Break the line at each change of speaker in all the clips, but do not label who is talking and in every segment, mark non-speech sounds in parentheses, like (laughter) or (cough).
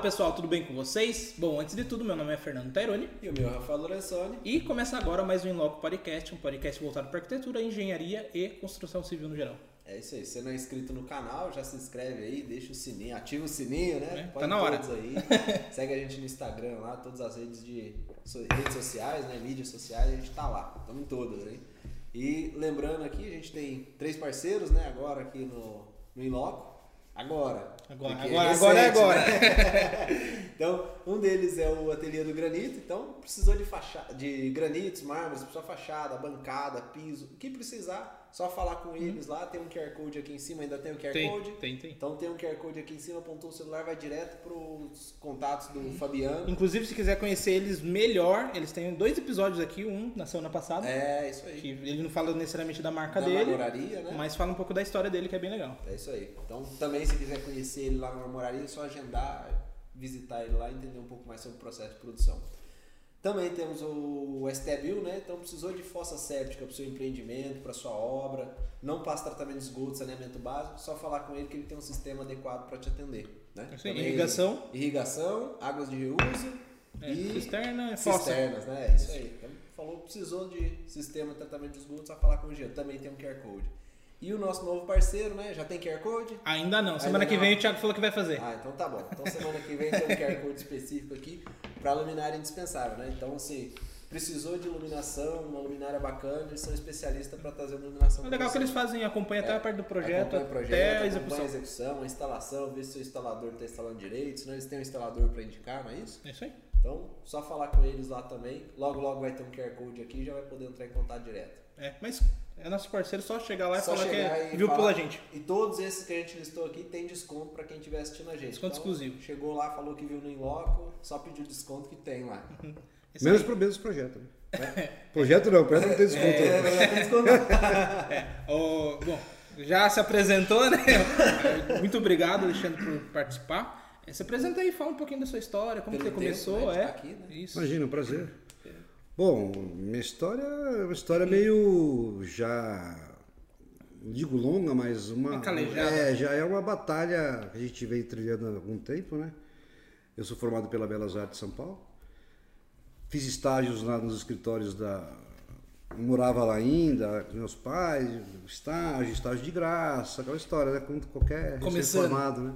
pessoal, tudo bem com vocês? Bom, antes de tudo, meu nome é Fernando Taironi
E o meu é Rafael Lorenzoni.
e começa agora mais um Inloco Podcast, um podcast voltado para arquitetura, engenharia e construção civil no geral.
É isso aí. Se você não é inscrito no canal, já se inscreve aí, deixa o sininho, ativa o sininho, né?
É, tá
Põe
na hora.
todos aí.
(laughs)
Segue a gente no Instagram lá, todas as redes de so- redes sociais, né? Mídias sociais, a gente tá lá. Estamos em todas, hein? E lembrando aqui, a gente tem três parceiros, né? Agora aqui no, no Inloco. Agora.
Agora,
Porque
agora, agora é agora.
né? (laughs) então, um deles é o ateliê do granito. Então, precisou de, facha... de granitos, mármores, precisa fachada, bancada, piso, o que precisar, só falar com eles lá. Tem um QR Code aqui em cima, ainda tem o QR Code.
Tem, tem, tem.
Então, tem um QR Code aqui em cima, apontou o celular, vai direto para os contatos do Fabiano.
Inclusive, se quiser conhecer eles melhor, eles têm dois episódios aqui, um na semana passada,
É, isso
que
aí.
ele não fala necessariamente da marca
Da
dele,
namoraria, né?
mas fala um pouco da história dele, que é bem legal.
É isso aí. Então, também, se quiser conhecer ele lá na Moraria, é só agendar, visitar ele lá e entender um pouco mais sobre o processo de produção. Também temos o STBIL, né? Então, precisou de fossa séptica para o seu empreendimento, para sua obra, não passa tratamento de esgoto, saneamento básico, só falar com ele que ele tem um sistema adequado para te atender. Né?
É isso aí,
Também
irrigação.
Irrigação, águas de reuso
É,
e
cisterna, é fossa.
cisternas, né? É isso aí. Então, falou que precisou de sistema de tratamento de esgoto, só falar com o Jean. Também tem um QR Code. E o nosso novo parceiro, né? Já tem QR Code?
Ainda não. Semana
Ainda
que vem
não.
o Thiago falou que vai fazer.
Ah, então tá bom. Então semana que vem tem um QR Code específico aqui para luminária indispensável, né? Então, se precisou de iluminação, uma luminária bacana, eles são especialistas para trazer uma iluminação
É
pra
legal que
você.
eles fazem, acompanha até a parte do projeto,
Ah, é. Acompanha o
até
projeto,
a
acompanha
execução.
a execução, a instalação, ver se o instalador está instalando direito, senão eles têm um instalador para indicar, não é isso?
É isso aí.
Então, só falar com eles lá também. Logo, logo vai ter um QR Code aqui e já vai poder entrar em contato direto.
É, mas é nosso parceiro, só chegar lá e
Só
falar que
chegar
é-
e
viu
falar.
pela gente.
E todos esses que a gente listou aqui tem desconto para quem estiver assistindo a gente. Então,
Desconto exclusivo.
Chegou lá, falou que viu no Inloco, só pediu desconto que tem lá. (laughs)
Esse
Menos pro menos projeto. né? Projeto não, projeto não tem desconto.
É, mas tem desconto.
(laughs)
Ô, é, bom, já se apresentou, né? (laughs) Muito obrigado, Alexandre, por participar. É, Se apresenta aí, fala um pouquinho da sua história, como
Pelo
você
tempo,
começou,
né, de
é.
tá aqui, né?
Isso.
Imagina, um prazer. Bom, minha história é uma história meio já. Não digo longa, mas uma.
Uma calejada.
É, já é uma batalha que a gente vem trilhando há algum tempo, né? Eu sou formado pela Belas Artes de São Paulo. Fiz estágios lá nos escritórios da. eu Morava lá ainda, com meus pais, estágio, estágio de graça, aquela história, né? Como qualquer
Começando.
recém-formado, né?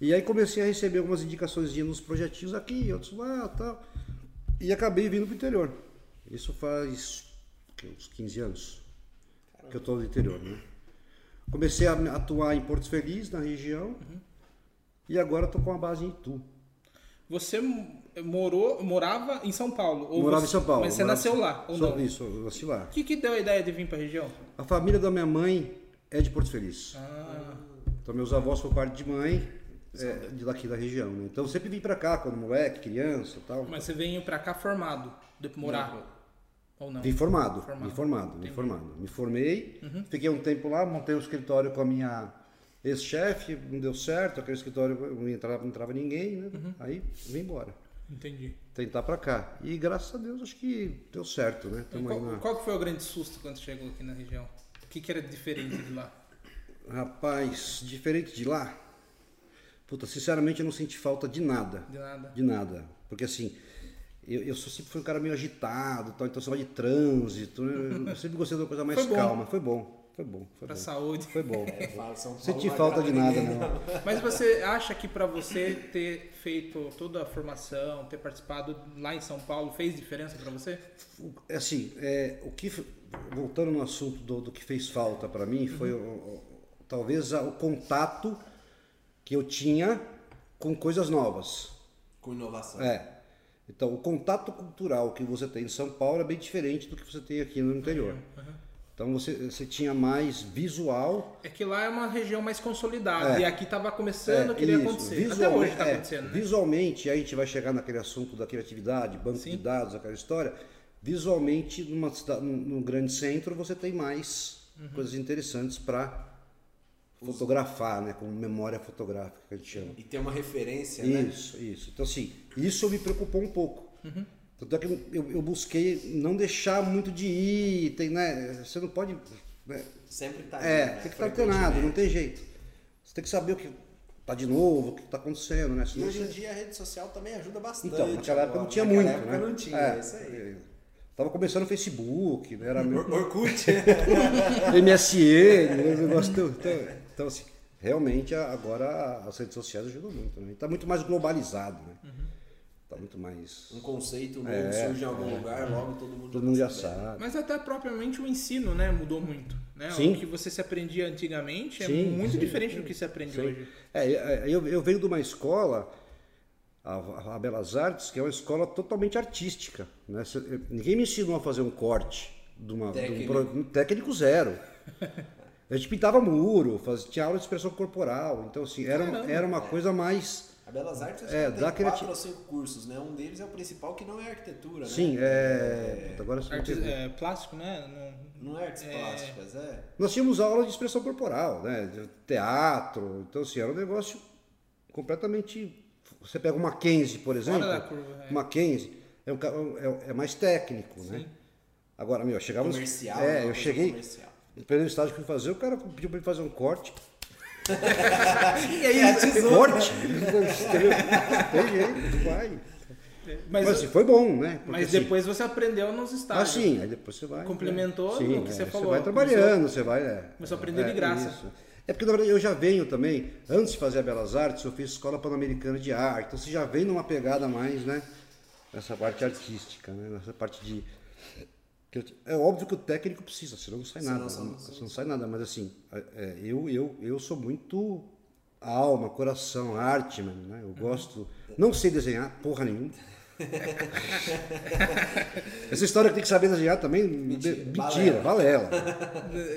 E aí comecei a receber algumas indicações de uns projetinhos aqui, outros lá tal. E acabei vindo para o interior. Isso faz que, uns 15 anos que eu estou no interior, né? Comecei a me- atuar em Porto Feliz, na região. E agora estou com uma base em Itu.
Você m- morou, morava em São Paulo? ou
Morava
você-
em São Paulo.
Mas você
morava-
nasceu lá, ou
Só-
não?
Isso, eu nasci lá.
O que, que deu a ideia de vir pra região?
A família da minha mãe é de Porto Feliz.
Ah,
Então meus avós por parte de mãe, é, de daqui da região, né? Então eu sempre vim para cá quando moleque, criança tal.
mas você veio pra cá formado, de morar. Ou não?
Vim formado,
Formado. Uhum.
me formado, me formado. Me formei, fiquei um tempo lá, montei um escritório com a minha ex-chefe, não deu certo, aquele escritório não entrava, não entrava ninguém, né?
Uhum.
Aí vim embora,
Entendi.
tentar pra cá. E graças a Deus acho que deu certo, né? Tamo aí
Qual,
na-
qual que foi o grande susto quando chegou aqui na região? O que, que era diferente de lá?
Rapaz, diferente de lá, puta, sinceramente eu não senti falta de nada.
De nada.
De nada. Porque assim, eu, eu sou- sempre fui um cara meio agitado, tal, então você vai de trânsito, né? eu sempre gostei de uma coisa mais
Foi bom.
calma. Foi bom, foi bom, foi
Pra
bom.
saúde. (laughs)
Foi bom.
Eu falo, São Paulo
Senti
não
falta
agrada
É, de nada,
ninguém,
não.
Mas você acha que pra você ter feito toda a formação, ter participado lá em São Paulo, fez diferença pra você?
É Assim, é, o que voltando no assunto do, do que fez falta para mim foi o- o- talvez a- o contato que eu tinha com coisas novas.
Com inovação.
É. Então, o contato cultural que você tem em São Paulo é bem diferente do que você tem aqui no interior. Então, você, você tinha mais visual.
É que lá é uma região mais consolidada
É.
e aqui tava começando, queria
isso,
acontecer. Até
visualmente-
hoje tá
é,
acontecendo, né?
Visualmente, aí a gente vai chegar naquele assunto da criatividade, banco de dados, aquela história. Visualmente, numa, cida- num, num grande centro, você tem mais
Uhum.
coisas interessantes para fotografar, né? Como memória fotográfica que a gente chama.
E ter uma referência, né?
Isso, isso. Então, assim, isso me preocupou um pouco.
Uhum.
Tanto é que eu, eu busquei não deixar muito de ir, tem, né? Você não pode. né,
Sempre tá ali,
É,
né?
né? tem que estar antenado, não tem jeito. Você tem que saber o que. tá de novo, o que tá acontecendo, né?
E
Senão
hoje em
você-
dia a rede social também ajuda bastante.
Então, naquela
agora.
época não tinha
Naquela
muito,
época
né?
não tinha, é, isso aí.
é. Tava começando o Facebook, né?
(laughs)
Era meio
Or- Orkut, né?
MSN, né, o negócio tão- tão- Então, assim, realmente a- agora as redes sociais ajudam muito, né? E tá muito mais globalizado, né?
Uhum.
Tá muito mais...
um conceito novo surge em algum lugar, logo todo mundo
É, Todo mundo já
sabe.
sabe.
Mas até propriamente o ensino, né, mudou muito. Né?
Sim.
O que você se aprendia antigamente é
Sim,
muito
sim,
diferente do que se aprende hoje.
É, é, eu, eu venho de uma escola, a, a Belas Artes, que é uma escola totalmente artística. né? Cê- Ninguém me ensinou a fazer um corte de uma, de um
Técnico.
pro- um técnico zero. A gente pintava muro, faz, tinha aula de expressão corporal. Então, assim, era,
Caramba.
era uma coisa mais.
A Belas Artes acho
É,
que tem
dá
quatro
criati-
ou cinco cursos, né? Um deles é o principal que não é arquitetura, né?
Sim, é. puta, agora você me
Arti-
pegou.
é, plástico, né? Não-
Não é artes
É.
plásticas, é.
Nós tínhamos aula de expressão corporal, né? de teatro. Então, assim, era um negócio completamente. Você pega uma Mackenzie, por exemplo.
da curva, é.
Mackenzie é, um ca- é- é mais técnico, né? Agora, meu, chegava.
Comercial. né? Uma
É, eu
coisa
cheguei.
Comercial.
No primeiro estágio que eu fui fazer, o cara pediu pra ele fazer um corte.
E aí,
Corte? (laughs) Entendeu? Tem jeito, vai.
Mas,
Mas, assim, foi bom, né? Porque,
mas
assim,
depois você aprendeu nos
Ah,
estágios.
sim, aí depois você vai. né?
Complementou
Sim,
né?
é,
no que você falou,
vai trabalhando, você vai. É,
começou a aprender de
é,
graça.
isso. É porque, na verdade, eu já venho também, antes de fazer a Belas Artes, eu fiz Escola Pan-Americana de Arte. Então você já vem numa pegada mais, né? Nessa parte artística, né? Nessa parte de. que eu- É óbvio que o técnico precisa, senão não sai
Senão
nada.
só
né?
não sai.
senão não sai nada, mas assim, é, eu, eu, eu sou muito alma, coração, arte, mano, né? Eu gosto. Não sei desenhar, porra nenhuma. Essa história que tem que saber desenhar também,
Mentira,
mentira, mentira valela.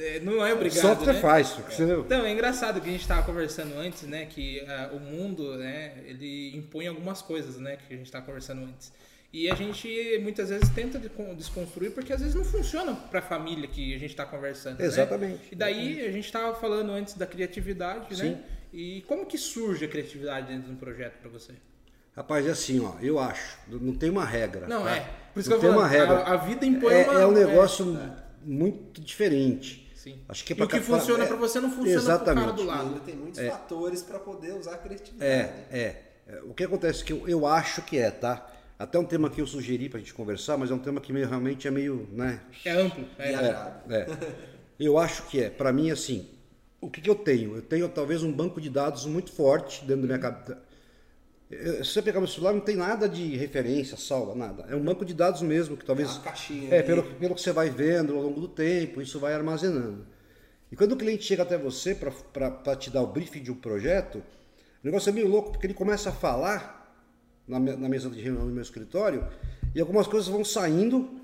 É, Não é (laughs) obrigado,
Software
né?
faz, entendeu?
Então, é engraçado que a gente estava conversando antes, né? Que ah, o mundo, né? Ele impõe algumas coisas, né? Que a gente estava conversando antes. E a gente muitas vezes tenta de- desconstruir porque às vezes não funciona para a família que a gente está conversando. né?
Exatamente.
E daí a gente estava falando antes da criatividade,
Sim.
né? E como que surge a criatividade dentro de um projeto para você?
Rapaz, é assim, ó, eu acho, n- não tem uma regra.
Não,
tá?
é. Por isso
não
que eu
tem
falo,
uma regra.
A, a vida impõe
é,
uma,
é um negócio muito diferente.
Sim.
Acho que é
e o
pra
que
ca- pra-
funciona
é,
para você não funciona para o cara
exatamente.
do lado.
Ainda tem muitos fatores para poder usar a criatividade.
Ah,
né?
É, é. É, O que acontece que eu, eu acho que é, tá? Até um tema que eu sugeri pra gente conversar, mas é um tema que meio- realmente é meio, né?
É amplo. É.
Viajado.
É. Eu acho que é. Pra mim, assim, o que, que eu tenho? Eu tenho talvez um banco de dados muito forte dentro da minha cabeça. Eu- Se você pegar meu celular, não tem nada de referência, salva, nada. É um banco de dados mesmo, que
É
talvez.
uma caixinha.
É,
ali.
pelo, pelo que você vai vendo ao longo do tempo, isso vai armazenando. E quando o cliente chega até você para te dar o briefing de um projeto, o negócio é meio louco, porque ele começa a falar na, me- na mesa de reunião do meu escritório, e algumas coisas
(laughs)
vão saindo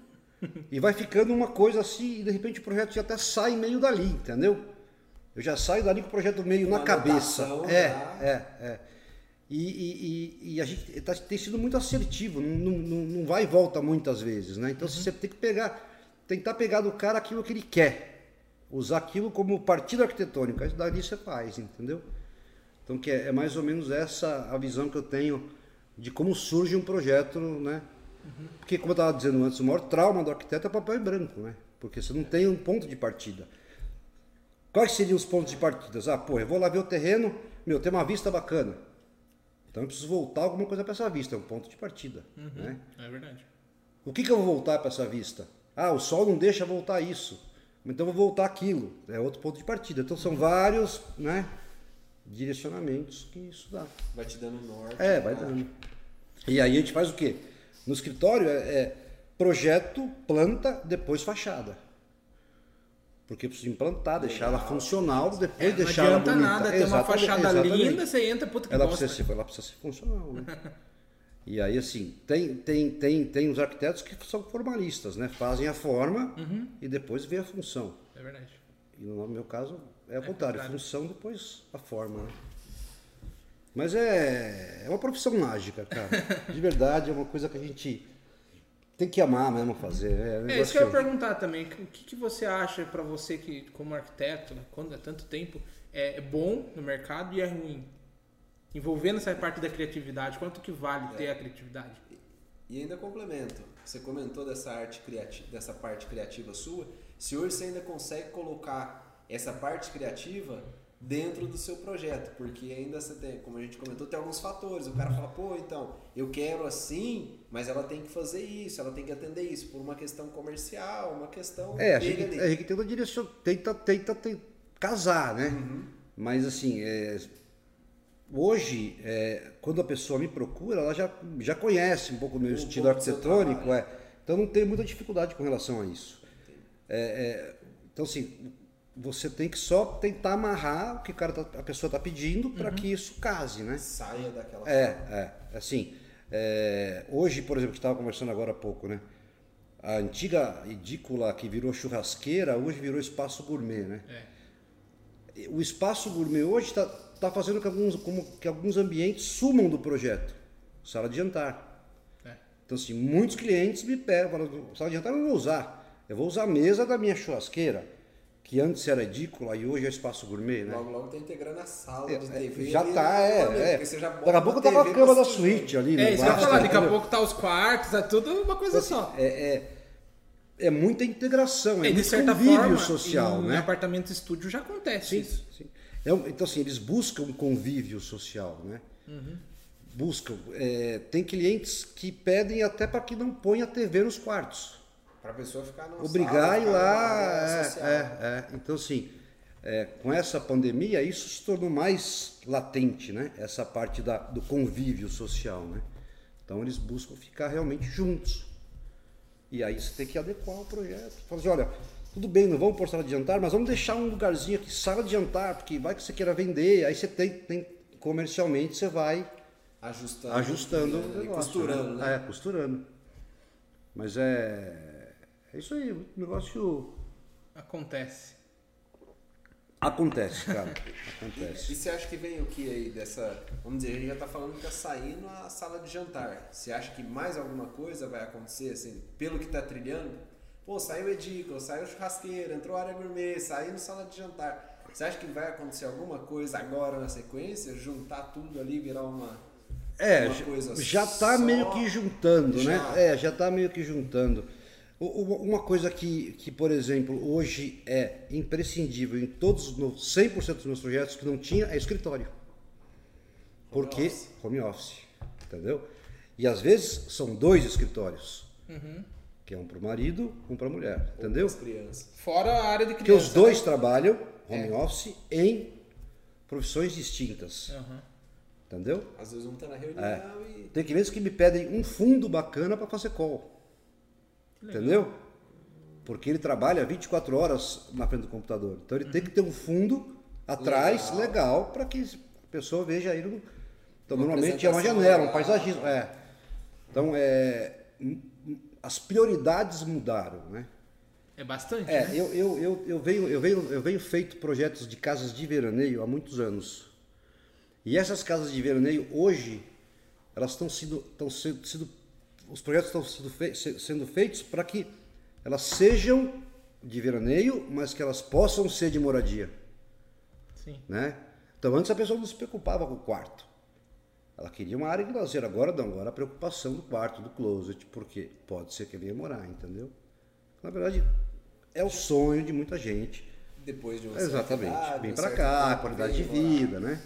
e vai ficando uma coisa assim, e de repente o projeto já até sai meio dali, entendeu? Eu já saio dali com o projeto meio
Uma
na cabeça.
anotação né?
É,
já.
é, é. E, e- e- e a gente tá- tem sido muito assertivo, não, não- não- não vai e volta muitas vezes, né? Então você tem que pegar, tentar pegar do cara aquilo que ele quer, usar aquilo como partido arquitetônico, aí dali você faz, entendeu? Então que é, é mais ou menos essa a visão que eu tenho de como surge um projeto, né? Porque como eu estava dizendo antes, o maior trauma do arquiteto é papel em branco, né? Porque você não tem um ponto de partida. Quais seriam os pontos de partida? Ah, pô, eu vou lá ver o terreno, meu, tem uma vista bacana. Então eu preciso voltar alguma coisa para essa vista, é um ponto de partida. Né?
É verdade.
O que, que eu vou voltar para essa vista? Ah, o sol não deixa voltar isso. Então eu vou voltar aquilo. É outro ponto de partida. Então são vários né, direcionamentos que isso dá.
Vai te dando norte.
É, vai
né?
dando. E aí a gente faz o quê? No escritório é, é projeto, planta, depois fachada. Porque eu preciso implantar, deixar ela funcional, depois
É, não
deixar ela
adianta
bonita.
nada ter uma
Exatamente,
fachada
exatamente.
linda, você entra, puta que
Ela
bosta.
precisa, ser, ela precisa ser funcional, né? (laughs) E aí, assim, tem, tem, tem, tem os arquitetos que são formalistas, né? Fazem a forma
Uhum.
e depois vê a função.
É verdade.
E no meu caso é o contrário,
contrário.
função depois a forma. né? Mas é, é uma profissão
(laughs)
mágica, cara. De verdade, é uma coisa que a gente tem que amar mesmo fazer. É,
É isso
um negócio
que eu ia
que eu-
perguntar também. O que, que você acha pra você que, como arquiteto, né, quando há tanto tempo, é é bom no mercado e é ruim? Envolvendo essa parte da criatividade, quanto que vale
É.
ter a criatividade?
E ainda complemento. Você comentou dessa arte criativa, dessa parte criativa sua. Se hoje você ainda consegue colocar essa parte criativa dentro do seu projeto, porque ainda você tem, como a gente comentou, tem alguns fatores. O cara fala, pô, então, eu quero assim, mas ela tem que fazer isso, ela tem que atender isso, por uma questão comercial, uma questão.
É, a
dele
gente,
ali.
a gente tenta direcionar, tenta, tenta, tenta casar, né?
Uhum.
Mas assim, é, hoje, é, quando a pessoa me procura, ela já, já conhece um pouco o meu
Um
estilo
pouco do seu
arquitetônico,
trabalho.
é. então não tem muita dificuldade com relação a isso. É, é, então assim, você tem que só tentar amarrar o que o cara tá- a pessoa está pedindo para
Uhum.
que isso case, né?
Saia daquela.
É, é. Assim, é, hoje, por exemplo, que estava conversando agora há pouco, né? A antiga edícula que virou churrasqueira, hoje virou espaço gourmet, né?
É.
E O espaço gourmet hoje está tá fazendo que alguns, como que alguns ambientes sumam do projeto. Sala de jantar.
É.
Então, assim, muitos clientes me pegam, falam, sala de jantar eu não vou usar. Eu vou usar a mesa da minha churrasqueira, que antes era edícula e hoje é espaço gourmet, né?
Logo, logo tá integrando a sala
É,
de
é,
TV.
já
ali,
tá,
né?
é,
Porque
é.
você já bota
Daqui a pouco
na
tá com a
TV
cama da
pra assistir.
suíte ali. né?
É, isso que eu ia
embaixo,
falar, daqui a
entendeu?
pouco tá os quartos, é tudo uma coisa só.
É, é, é muita integração, é,
É, de
muito
certa
convívio
forma,
social,
em
né?
apartamento estúdio já acontece isso.
Sim. É um- então, assim, eles buscam convívio social, né?
Uhum.
Buscam. é, tem clientes que pedem até para que não ponha TV nos quartos.
Pra pessoa ficar na
Obrigar
sala,
a ir
ficar numa
lá.
área
é,
social.
é, é. Então, assim, é, com essa pandemia, isso se tornou mais latente, né? Essa parte da, do convívio social, né? Então, eles buscam ficar realmente juntos. E aí você tem que adequar o projeto. Fala assim, olha, tudo bem, não vamos pôr sala de jantar, mas vamos deixar um lugarzinho aqui, sala de jantar, porque vai que você queira vender, aí você tem, tem comercialmente, você vai
Ajustando.
ajustando,
e
o negócio,
costurando, né?
É, costurando. Mas é, é isso aí, o negócio
Acontece.
(laughs)
acontece, cara,
E
acontece.
você acha que vem o que aí dessa. Vamos dizer, a gente já tá falando que tá saindo a sala de jantar. Você acha que mais alguma coisa vai acontecer, assim, pelo que tá trilhando? Pô, saiu edícula, saiu churrasqueira, entrou área gourmet, saiu no sala de jantar. Você acha que vai acontecer alguma coisa agora na sequência? Juntar tudo ali, virar uma.
É,
uma
já-
coisa
já
só?
tá meio que juntando,
Já.
né? É, já tá meio que juntando. U- u- Uma coisa que, que, por exemplo, hoje é imprescindível em todos os meus- 100% dos meus projetos que não tinha é escritório. Porque home
office.
office, entendeu? E às vezes são dois escritórios,
Uhum.
que é um para o marido, um para a mulher, entendeu?
As crianças.
Fora a área de
Porque os
criança.
dois trabalham
É.
home office em profissões distintas,
É.
Aham.
entendeu?
Às vezes um tá na reunião
É.
e.
Tem clientes que me pedem um fundo bacana para fazer call. Entendeu? Porque ele trabalha 24 horas na frente do computador. Então ele tem que ter um fundo atrás
Legal.
legal, para que a pessoa veja ele. no- Então,
Uma
normalmente é uma
apresentação
janela, um
legal.
paisagismo. É. Então, é, m- m- as prioridades mudaram, né?
É bastante,
É,
né?
eu, eu, eu, eu, venho, eu, venho, eu venho feito projetos de casas de veraneio há muitos anos. E essas casas de veraneio, hoje, elas estão sendo, estão sendo, sido- Os projetos estão sendo, fei- se- sendo feitos para que elas sejam de veraneio, mas que elas possam ser de moradia.
Sim.
Né? Então antes a pessoa não se preocupava com o quarto. Ela queria uma área de lazer, agora não, agora a preocupação do quarto, do closet, porque pode ser que ele ia morar, entendeu? Na verdade, é o sonho de muita gente.
Depois de uma certa idade,
Exatamente. Vem
um
pra
certo
cá,
tempo,
qualidade de
vem morar.
vida, né?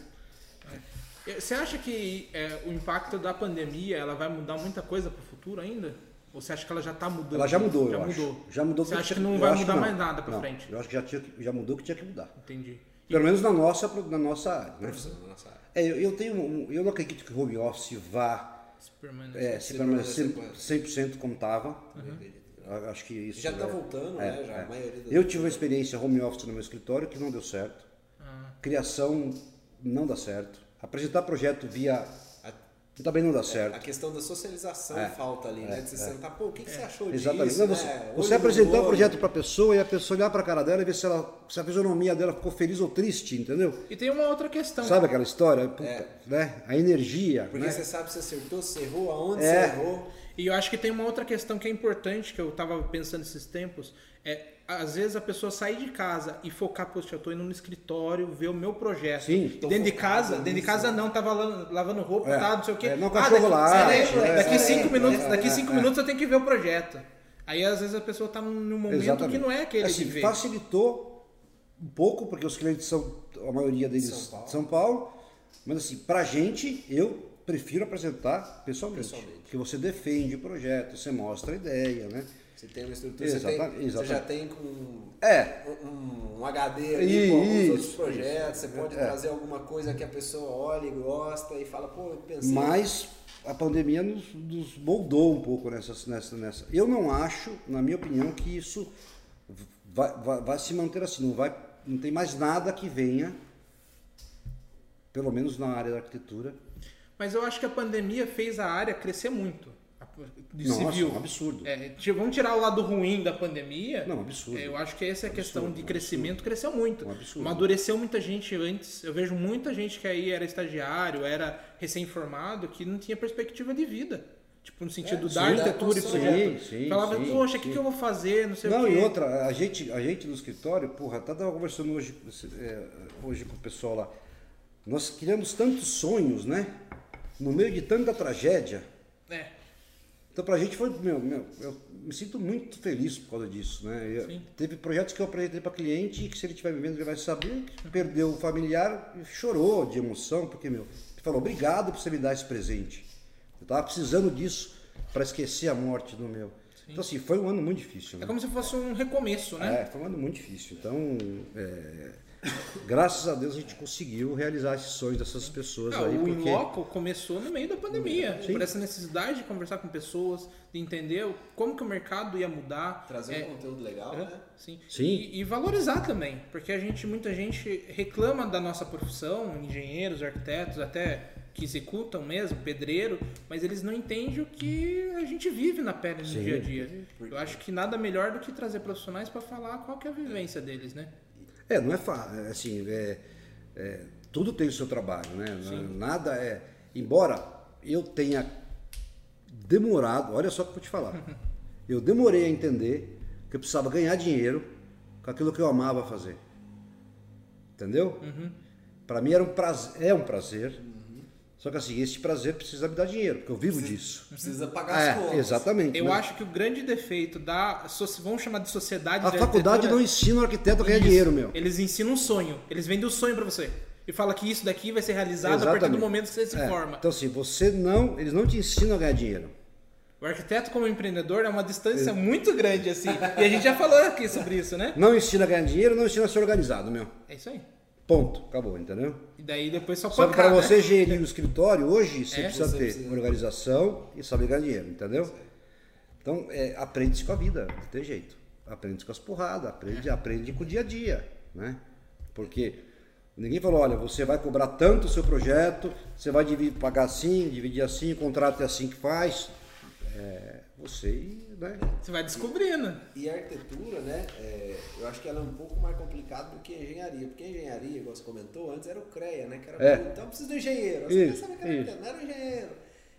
Você acha que é, o impacto da pandemia ela vai mudar muita coisa pro futuro ainda? Ou você acha que ela já tá mudando?
Ela já mudou,
já
eu
mudou.
acho. Já mudou
Você
porque
acha que
tinha-
não
eu
vai
acho que
mudar
não.
mais nada pra
Não,
frente?
Eu acho que já, tinha, que- já mudou o que tinha que mudar.
Entendi.
Pelo menos na nossa, na nossa área. Né?
Profissional na nossa área.
É, eu, eu tenho, um- eu não acredito que o home office vá
Superman.
é,
Se
se permanecer
permanecer
100% como estava.
Uhum.
Eu Acho que isso.
Já tá
é-
voltando,
é,
né? Já,
é.
a maioria das
Eu tive uma experiência home office no meu escritório que não deu certo.
Ah,
Criação não dá certo. Apresentar projeto via
A-
também não dá
A
certo.
questão da socialização falta ali, né? De você sentar, pô, o que, que você achou
É, Exatamente.
disso?
Não, você
né? Olho
você
no
apresentar
olho.
o projeto para a pessoa e a pessoa olhar para a cara dela e ver se, ela, se a fisionomia dela ficou feliz ou triste, entendeu?
E tem uma outra questão.
Sabe aquela história? Puta, né? A energia.
Ah. É. Porque
né?
você sabe se acertou, se errou, aonde
É.
você errou.
E eu acho que tem uma outra questão que é importante, que eu tava pensando esses tempos, é às vezes a pessoa sair de casa e focar, poxa, eu tô indo no escritório, ver o meu projeto.
Sim.
E dentro de
focado
casa,
nisso.
dentro de casa não, tava lavando, lavando roupa,
É.
tá, não sei o quê.
É, não,
daqui,
cachorro late,
é,
é,
daqui
é,
cinco
é,
minutos,
é,
daqui
é,
cinco
é.
minutos eu tenho que ver o projeto. Aí às vezes a pessoa tá num momento que não é aquele
Assim,
de ver.
facilitou um pouco, porque os clientes são, a maioria deles,
São Paulo.
de São Paulo. Mas assim, pra gente, eu prefiro apresentar pessoalmente.
Pessoalmente.
Porque você defende o projeto, você mostra a ideia, né?
Você tem uma estrutura, você, tem-
Exatamente,
você já
exatamente.
tem com
É,
um, um HD ali com alguns
Isso,
outros projetos,
isso.
você pode
É.
trazer alguma coisa que a pessoa olha e gosta e fala, pô, eu pensei.
mas a pandemia nos, nos moldou um pouco nessas, nessa, nessa. Eu não acho, na minha opinião, que isso vai, vai, vai se manter assim. Não, vai, não tem mais nada que venha, pelo menos na área da arquitetura.
Mas eu acho que a pandemia fez a área crescer muito. a- De
Nossa,
civil.
um absurdo.
É, ti- vamos tirar o lado ruim da pandemia.
Não, um absurdo.
É, Eu acho que essa é a questão
Absurdo,
de
um
crescimento cresceu muito.
Um absurdo.
Amadureceu muita gente antes. Eu vejo muita gente que aí era estagiário, era recém-formado, que não tinha perspectiva de vida. Tipo, no sentido
É,
da
sim, da
arquitetura e
construção.
projeto.
Sim, sim,
Falava,
sim,
poxa, o que,
sim.
que eu vou fazer? Não sei o
Não,
quê.
e outra, a gente, a gente no escritório, porra, até tava conversando hoje, esse- é, hoje com o pessoal lá. Nós criamos tantos sonhos, né? No meio de tanta tragédia.
É.
Então pra gente foi, meu, meu, eu me sinto muito feliz por causa disso, né? Eu-
Sim.
teve projetos que eu apresentei para cliente e que se ele estiver me vendo ele vai saber que perdeu o familiar e chorou de emoção, porque, meu, ele falou, obrigado por você me dar esse presente. Eu tava precisando disso para esquecer a morte do meu. Então assim, foi um ano muito difícil, né?
é como se fosse um recomeço, né?
É, foi um ano muito difícil. Então, é, graças a Deus a gente conseguiu realizar esses sonhos dessas pessoas
Ah,
aí.
o
porque...
Inloco começou no meio da pandemia,
Sim.
por essa necessidade de conversar com pessoas, de entender como que o mercado ia mudar.
Trazer
é,
um conteúdo legal, né?
Sim.
Sim.
E, e valorizar também, porque a gente, muita gente reclama da nossa profissão, engenheiros, arquitetos, até que executam mesmo, pedreiro, mas eles não entendem o que a gente vive na pele no
Sim.
dia a dia. Eu acho que nada melhor do que trazer profissionais para falar qual que é a vivência deles, né?
É, não é fácil. Assim, é- é, tudo tem o seu trabalho, né? Nada é. Embora eu tenha demorado, olha só o que eu vou
(laughs)
te falar. Eu demorei a entender que eu precisava ganhar dinheiro com aquilo que eu amava fazer. Entendeu?
Uhum.
Pra mim era um prazer, é um prazer. Só que assim, esse prazer precisa me dar dinheiro, porque eu vivo disso.
Precisa pagar as
É,
contas.
exatamente.
Eu
né?
acho que o grande defeito da, soci- vamos chamar de sociedade
a
da
faculdade
arquitetura-
não ensina o arquiteto a ganhar
Isso.
dinheiro, meu.
Eles ensinam um sonho. Eles vendem o sonho pra você. E fala que isso daqui vai ser realizado a partir do
Exatamente.
momento que você se
É,
forma.
Então assim, você não, eles não te ensinam a ganhar dinheiro.
O arquiteto como empreendedor é uma distância muito grande, assim. E a gente já falou aqui sobre isso, né?
Não ensina a ganhar dinheiro, não ensina a ser organizado, meu.
É isso aí.
Ponto, acabou, entendeu?
E daí depois só né?
Só que para
pancada.
você gerir o escritório hoje, você
É.
precisa
Você
ter
precisa.
organização e saber ganhar dinheiro, entendeu? Então, é, aprende-se com a vida, não tem jeito. Aprende-se com as porradas, aprende, aprende com o dia a dia, né? Porque ninguém falou, olha, você vai cobrar tanto o seu projeto, você vai dividir, pagar assim, dividir assim, o contrato é assim que faz. É, você, né?
Você vai descobrindo.
E a arquitetura, né? é, eu acho que ela é um pouco mais complicada do que a engenharia. Porque a engenharia, igual você comentou antes, era o CREA, né? Que era
É.
Então precisa do engenheiro. Você
Isso,
pensava que era
isso.
arquiteto, não era engenheiro.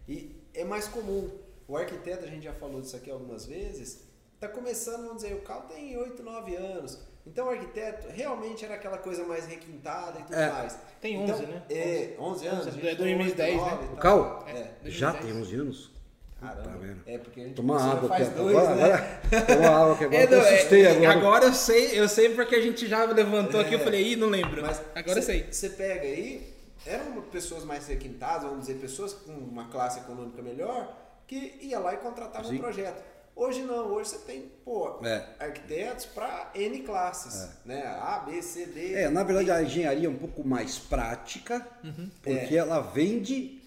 E é mais comum. O arquiteto, a gente já falou disso aqui algumas vezes, tá começando, vamos dizer, o Cal tem 8, 9 anos. Então o arquiteto realmente era aquela coisa mais requintada e tudo
É.
mais.
Tem
Então,
11, né?
É, 11 anos.
É
a gente
2010,
tem 8,
né?
9 e
O
tal.
Cal,
É.
já
2010.
tem 11 anos? Puta
Caramba.
merda.
É porque a gente
Tomar
começou,
água
faz
aqui
dois,
agora.
né?
agora. Tomar água aqui
(laughs)
agora.
É,
Eu
não, é,
assustei
é,
agora.
agora eu sei, eu sei porque a gente já levantou aqui, eu
É.
falei, ih, não lembro.
Mas
agora eu sei.
Você pega aí, eram pessoas mais requintadas, vamos dizer, pessoas com uma classe econômica melhor, que ia lá e contratava um
Sim.
projeto. Hoje não, hoje você tem, pô,
É.
arquitetos para N classes, né? A, B, C, D.
É, na verdade a engenharia é um pouco mais prática,
Uhum. É.
porque ela vende,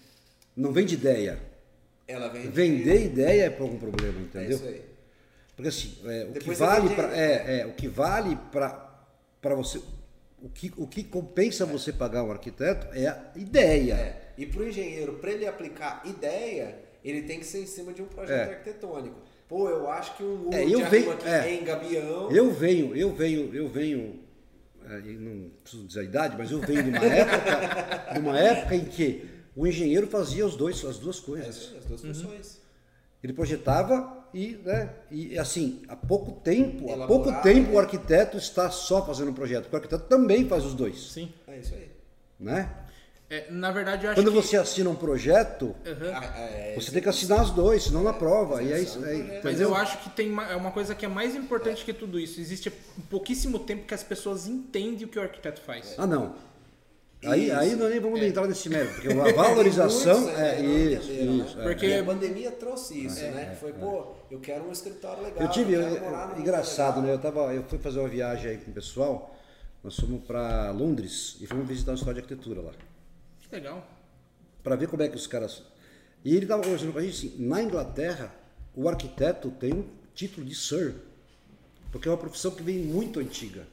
não vende ideia.
Ela vende.
Vender ideia é pra algum problema,
É
entendeu?
isso aí.
Porque assim, é, o, que
Depois
vale
você
pra,
vende-
é, é, o que vale para você, o que, o que compensa você pagar um arquiteto é a ideia.
É. E pro engenheiro, para ele aplicar ideia, ele tem que ser em cima de um projeto
É.
arquitetônico. Pô, eu acho que um muro
É,
de
eu
arrumo
venho-
aqui
é.
em Gabião.
Eu venho, eu venho, eu venho, é, e não preciso dizer a idade, mas eu venho de uma época, de uma época em que o engenheiro fazia os dois, as duas
É,
coisas.
As duas
Uhum.
funções.
Ele projetava e, né, e assim, há pouco tempo, há
Elaborava,
pouco tempo
né?
o arquiteto está só fazendo um projeto, porque o arquiteto também faz os dois,
Sim.
É isso aí.
né?
É, na verdade, eu acho
Quando
que...
você assina um projeto,
Aham.
Ah, é,
você tem que assinar os dois, senão não aprova. E aí,
exato.
aí,
Mas
entendeu?
eu acho que tem uma, é uma coisa que é mais importante que tudo isso. Existe pouquíssimo tempo que as pessoas entendem o que o arquiteto faz.
Ah, não. Aí,
Isso.
aí nós nem vamos entrar nesse mérito, porque a
(laughs)
valorização
Muitos,
é
né, não
isso.
entenderam, né?
isso, é.
Porque-
E a pandemia trouxe isso, né? que foi, pô, eu quero um escritório legal.
é. Eu tive,
quero
eu-
morar num
engraçado, né?
lugar
Eu, tava, eu fui fazer uma viagem aí com o pessoal, nós fomos para Londres e fomos visitar o Escola de Arquitetura lá,
Que legal.
para ver como é que os caras. E ele tava conversando com a gente assim: na Inglaterra, o arquiteto tem um título de Sir, porque é uma profissão que vem muito antiga.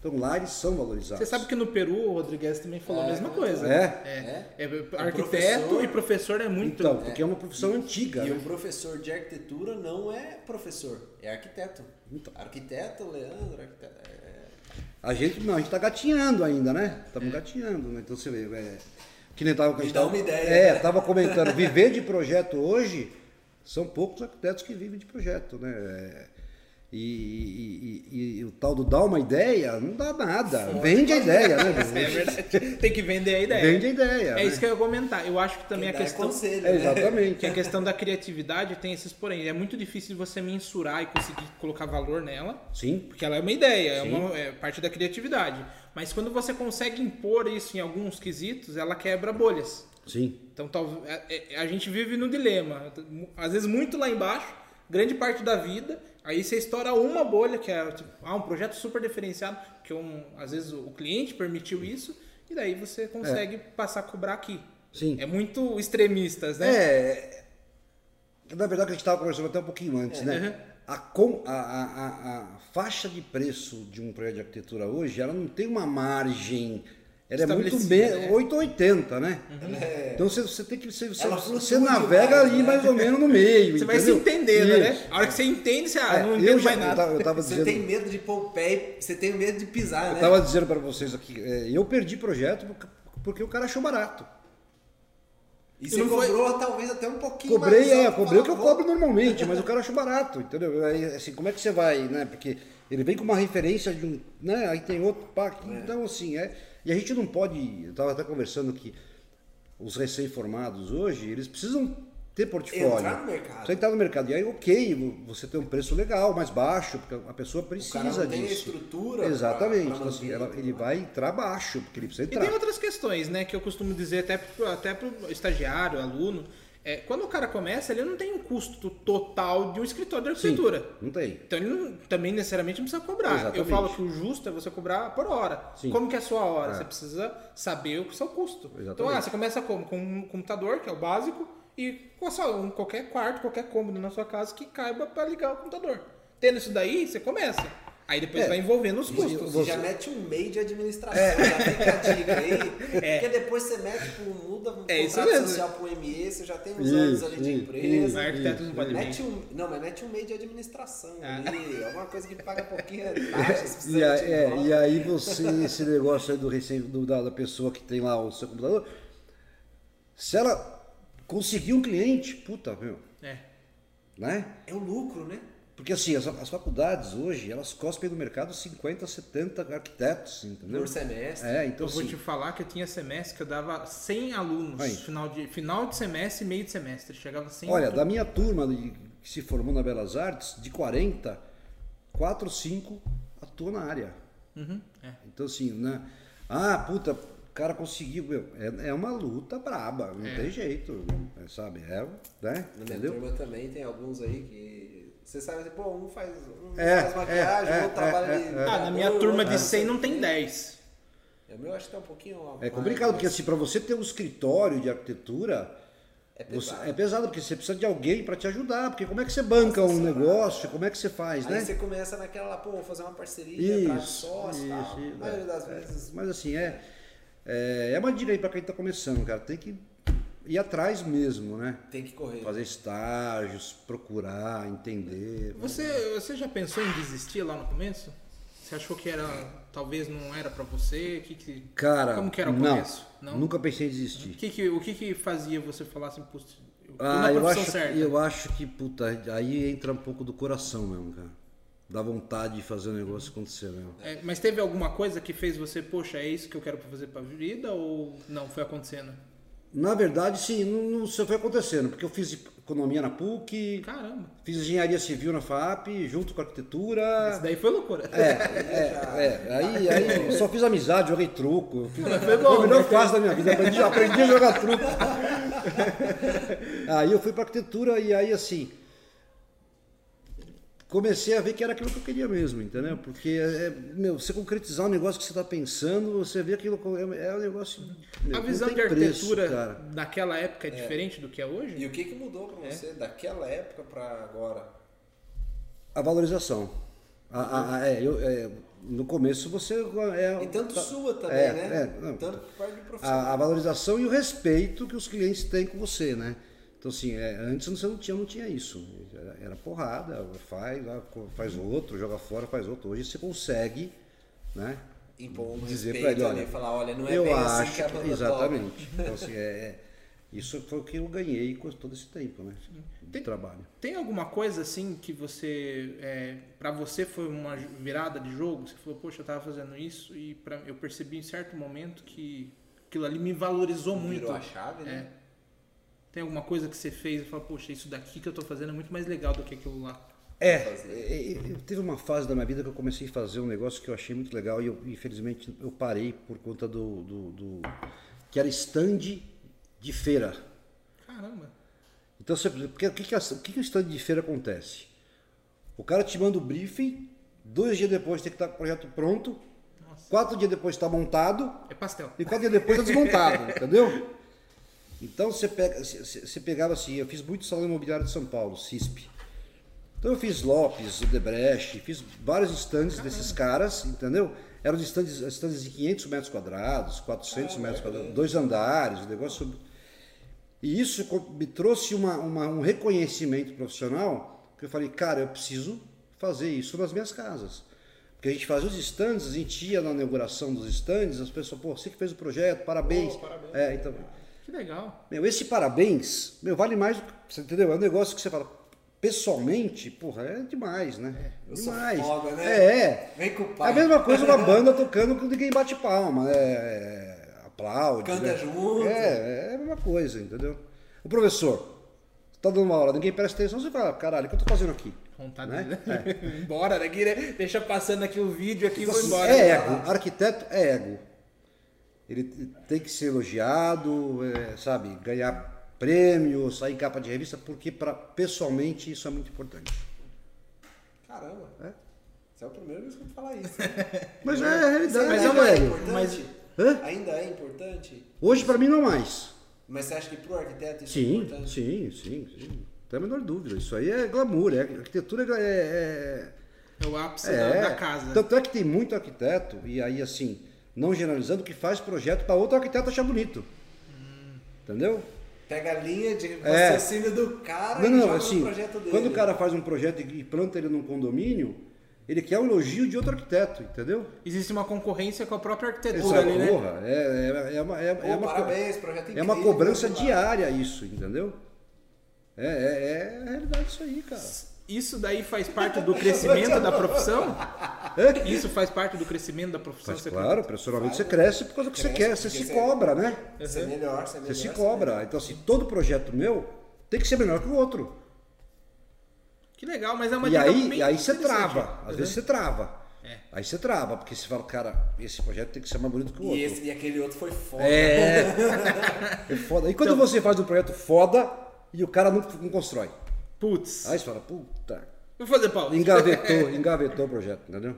Então lá eles são valorizados.
Uhum. Você sabe que no Peru o Rodrigues também falou a mesma coisa.
É?
né? É. É, arquiteto
professor-
e professor é muito.
Então, porque é uma profissão antiga.
E
né?
um professor de arquitetura não é professor, é arquiteto.
Então.
Arquiteto, Leandro, arquiteto. é-
A gente não, a gente tá gatinhando ainda, né? Estamos
É.
gatinhando, né? Então você vê, é, que nem tava,
Me dá uma ideia,
É,
né?
tava comentando, viver de projeto hoje são poucos arquitetos que vivem de projeto, né? É, E, e- e- e o tal do dar uma ideia não dá nada. Vende a ideia,
(laughs) É
né?
verdade. (laughs) Tem que vender a ideia.
Vende a ideia.
É
né?
isso que eu ia comentar. Eu acho que também
Quem
a
dá
questão.
É conselho,
É,
né?
Que a
exatamente.
questão da criatividade tem esses porém. É muito difícil de você mensurar e conseguir colocar valor nela.
Sim.
Porque ela é uma ideia, é,
Sim.
uma, é parte da criatividade. Mas quando você consegue impor isso em alguns quesitos, ela quebra bolhas.
Sim.
Então talvez é- é- a gente vive no dilema. Às vezes muito lá embaixo, grande parte da vida, aí você estoura uma bolha que é tipo, ah, um projeto super diferenciado, que um, às vezes o cliente permitiu isso, e daí você consegue passar a cobrar aqui.
É. Sim.
É muito extremistas, né?
É.
É.
Na verdade, que a gente estava conversando até um pouquinho antes, né?
Uhum.
A, com, a, a, a- a faixa de preço de um projeto de arquitetura hoje, ela não tem uma margem. Ela é muito
Estabelecida,
bem.
né? Uhum.
880, né?
É.
Então você, você tem que. Você, você,
Ela
você
flutua
navega
demais,
ali
né?
mais ou menos no
(laughs)
meio.
Você vai se
entendeu?
entendendo, né?
Isso.
A hora que você entende, você ah,
É,
não
eu
entendo
já
mais nada.
Eu estava
(laughs) Você
dizendo,
tem medo de pôr o pé, e você tem medo de pisar,
eu
né?
tava dizendo para vocês aqui, é, eu perdi projeto porque- porque o cara achou barato.
E
E
você
não foi-
cobrou talvez até um pouquinho mais.
Cobrei, é,
alto,
cobrei o que
falou,
eu
"Vou
cobro normalmente, mas o cara achou barato, entendeu? Aí, assim, como é que você vai, né? Porque ele vem com uma referência de um, né? Aí tem outro pacto, então assim, é. E a gente não pode, eu tava até conversando que os recém-formados hoje, eles precisam ter portfólio.
Entrar no mercado.
Precisa entrar no mercado. E aí, ok, vo- você tem um preço legal, mais baixo, porque a pessoa
O
precisa
cara não tem
disso.
estrutura.
Exatamente.
pra- pra
Então, assim,
manter,
ela- ele
né?
vai entrar baixo, porque ele precisa
E
entrar.
tem outras questões, né, que eu costumo dizer até pro, até pro estagiário, aluno. É, quando o cara começa, ele não tem um custo total de um escritório de arquitetura.
Não tem.
Então ele não- também necessariamente não precisa cobrar. Eu
Exatamente.
falo que o justo é você cobrar por hora.
Sim.
Como que é a sua hora?
É.
Você precisa saber o que é o seu custo. Então,
Exatamente.
ah, você começa como? Com um computador, que é o básico, e com só um, qualquer quarto, qualquer cômodo na sua casa que caiba para ligar o computador. Tendo isso daí, você começa. Aí depois
É.
vai envolvendo os
Você,
custos.
já mete um meio de administração, já fica a dica aí.
É.
Porque depois você mete pro muda, um
É isso
contrato
mesmo.
social pro ME, você já tem uns
Isso,
anos ali de
isso,
Os
empresa.
arquitetos não podem
Mete um, não, mas mete um meio de administração
Ah.
ali. É uma coisa que paga pouquinha
(laughs)
taxa, se
E,
precisa
a-
de
é,
nota.
e aí você, esse negócio aí do, recém- do- da, da pessoa que tem lá o seu computador, se ela conseguir um cliente, puta, meu,
É.
né?
É o lucro, né?
Porque assim, as, as faculdades hoje, elas cospem no mercado 50, 70 arquitetos, entendeu?
Por semestre.
É, então
Eu vou
assim,
te falar que eu tinha semestre que eu dava 100 alunos.
Aí.
Final de, final de semestre e meio de semestre. Chegava 100
olha,
alunos.
da minha turma de- que se formou na Belas Artes, de 40, 4, 5 atuam na área.
Uhum, é.
Então assim, né? Ah, puta, o cara conseguiu. Meu, é, é uma luta braba, não tem jeito, é, sabe? É, né?
Na minha
Entendeu?
turma também tem alguns aí que. Você sabe assim, pô, um faz, um
É,
faz maquiagem,
é,
o
é,
outro trabalha
é,
de.
é.
Ah, na minha
outro-
turma de
outro-
100 não tem 10.
O meu acho que tá um pouquinho.
É complicado, porque assim, para você ter um escritório de arquitetura,
É
você-
pesado.
é pesado, porque você precisa de alguém para te ajudar, porque como é que você banca um negócio, como é que você faz,
Aí
né?
você começa naquela lá, pô, vou fazer uma parceria, entrar de
Isso,
sócio e tal.
isso,
A
isso,
maioria
é.
das vezes.
Mas assim, é, é, é uma dica aí para quem tá começando, cara. Tem que ir atrás mesmo, né?
Tem que correr.
Fazer estágios, procurar, entender.
Você, você já pensou em desistir lá no começo? Você achou que era. Talvez não era pra você? Que que,
Cara,
como que era o
não,
começo? Não?
nunca pensei em desistir.
O que que, o que que fazia você falar assim, putz, eu tô
Ah,
na
eu
profissão
acho,
certa?
eu acho que, puta, aí entra um pouco do coração mesmo, cara. Dá vontade de fazer o negócio acontecer, né?
É, mas teve alguma coisa que fez você, poxa, é isso que eu quero fazer pra vida? Ou não, foi acontecendo?
Na verdade, sim, não, não só foi acontecendo, porque eu fiz economia na PUC,
Caramba,
fiz engenharia civil na FAP, junto com arquitetura.
isso daí foi loucura.
É,
(laughs)
é, é. Aí, aí eu só fiz amizade, joguei truco. Fiz,
Ah, foi bom,
foi a melhor
né?
fase da minha vida. Aprendi, aprendi a jogar truco. aí eu fui pra arquitetura e aí assim. Comecei a ver que era aquilo que eu queria mesmo, entendeu? Porque é, meu, você concretizar um negócio que você está pensando, você vê aquilo. como- É, é um negócio. meu,
A
não
visão
tem
de
preço,
arquitetura
cara.
naquela época é diferente do que é hoje?
E o que, que mudou pra
É.
você daquela época pra agora?
A valorização. A- a- a- é, eu- é, no começo você. É,
E tanto
tá-
sua também,
é,
né?
é, não. Ah,
tanto por parte de profissional.
a, a valorização e o respeito que os clientes têm com você, né? Então, assim, é, antes você não tinha, não tinha isso. Era, era porrada, faz, lá, co- faz outro, joga fora, faz outro. Hoje você consegue, né?
Impor um
dizer
respeito
pra ele,
ali,
olha,
falar, olha, não é
eu
bem
acho
assim que a banda
que,
toca.
Exatamente. Então, assim, é, é- isso foi o que eu ganhei com todo esse tempo, né? De
Tem-
trabalho.
Tem alguma coisa assim que você, é, para você foi uma ju- virada de jogo? Você falou, poxa, eu tava fazendo isso e pra, eu percebi em certo momento que aquilo ali me valorizou muito.
Virou a chave, né?
É. Tem alguma coisa que você fez e falou, poxa, isso daqui que eu tô fazendo é muito mais legal do que aquilo lá.
É, é, é, eu- teve uma fase da minha vida que eu comecei a fazer um negócio que eu achei muito legal e eu, infelizmente, eu parei por conta do. do- do- que era stand de feira.
Caramba.
Então, você, porque, o, que que a- o que que o stand de feira acontece? O cara te manda o briefing, dois dias depois tem que estar com o projeto pronto,
Nossa.
quatro dias depois está montado,
É pastel.
e quatro dias depois tá desmontado, entendeu? Então você, pega, você- você você pegava assim, eu fiz muito salão imobiliário de São Paulo, CISP. Então eu fiz Lopes, Odebrecht, fiz vários estandes desses caras, entendeu? Eram estandes, estandes de 500 metros quadrados, 400 metros quadrados, dois andares, o negócio... E isso co- me trouxe uma- uma- um reconhecimento profissional que eu falei, cara, eu preciso fazer isso nas minhas casas. Porque a gente fazia os stands, a gente ia na inauguração dos stands, as pessoas, pô, você que fez o projeto, parabéns.
Oh,
É, então,
Que legal.
meu, esse parabéns, meu, vale mais do que, você entendeu? É um negócio que você fala, pessoalmente, porra, é demais, né?
É, eu sou
demais.
foda, né?
É,
Vem com o
é
pai.
a mesma coisa uma banda tocando que ninguém bate palma, né? Aplaude.
Canta
né?
junto.
É, é a mesma coisa, entendeu? O professor, tá dando uma aula, ninguém presta atenção, você fala, caralho, o que eu tô fazendo aqui?
Vontade
Né?
de embora daqui, né? Deixa passando aqui o vídeo aqui e
Então,
vou
assim,
embora.
é ego, arquiteto é ego. Ele tem que ser elogiado, é, sabe, ganhar prêmio, sair em capa de revista, porque pra, pessoalmente isso é muito importante.
Caramba.
É.
Você é o primeiro que eu falar
(laughs)
isso.
Mas é, a realidade,
Mas
né,
ainda é
velho?
importante?
Hã?
Ainda é importante?
Hoje pra mim não mais.
Mas você acha que pro arquiteto isso é
Sim,
importante?
sim, sim, sim. Não tem a menor dúvida. Isso aí é glamour, é arquitetura é- é.
É o ápice
é,
da,
é.
da casa.
Tanto é que tem muito arquiteto, e aí assim, não generalizando, que faz projeto para outro arquiteto achar bonito. Entendeu?
Pega a linha de
É.
raciocínio do cara
Não,
e
não,
joga
assim,
no um projeto dele.
quando o cara faz um projeto e planta ele num condomínio, ele quer o elogio de outro arquiteto, entendeu?
Existe uma concorrência com a própria
Ele
arquitetura
sabe,
ali, né?
porra, é, é, é uma, é,
Pô,
é uma,
parabéns, projeto
é
incrível.
uma
sei
cobrança
lá.
diária isso, entendeu? É, é, é a realidade isso aí, cara.
Isso daí faz parte do crescimento da profissão?
(laughs) Hã?
Isso faz parte do crescimento da profissão?
Mas
Você-
claro, profissionalmente você
Faz,
cresce por causa do que você
cresce,
quer, você
porque
se
você-
cobra, né?
Você é melhor, você é melhor.
Você se
é
cobra. Então, assim, todo projeto meu tem que ser melhor que o outro.
Que legal, mas é uma
E
dica
aí,
bem
e aí você
interessante.
trava. Às
Uhum.
vezes você trava.
É.
Aí você trava, porque você fala, cara, esse projeto tem que ser mais bonito que o
E,
outro.
esse, e aquele outro foi foda. né?
É. é foda. E
Então
quando você faz um projeto foda e o cara não, não constrói?
Putz.
Aí você fala, puta,
Vou fazer pausa.
engavetou,
(laughs)
engavetou o projeto, entendeu?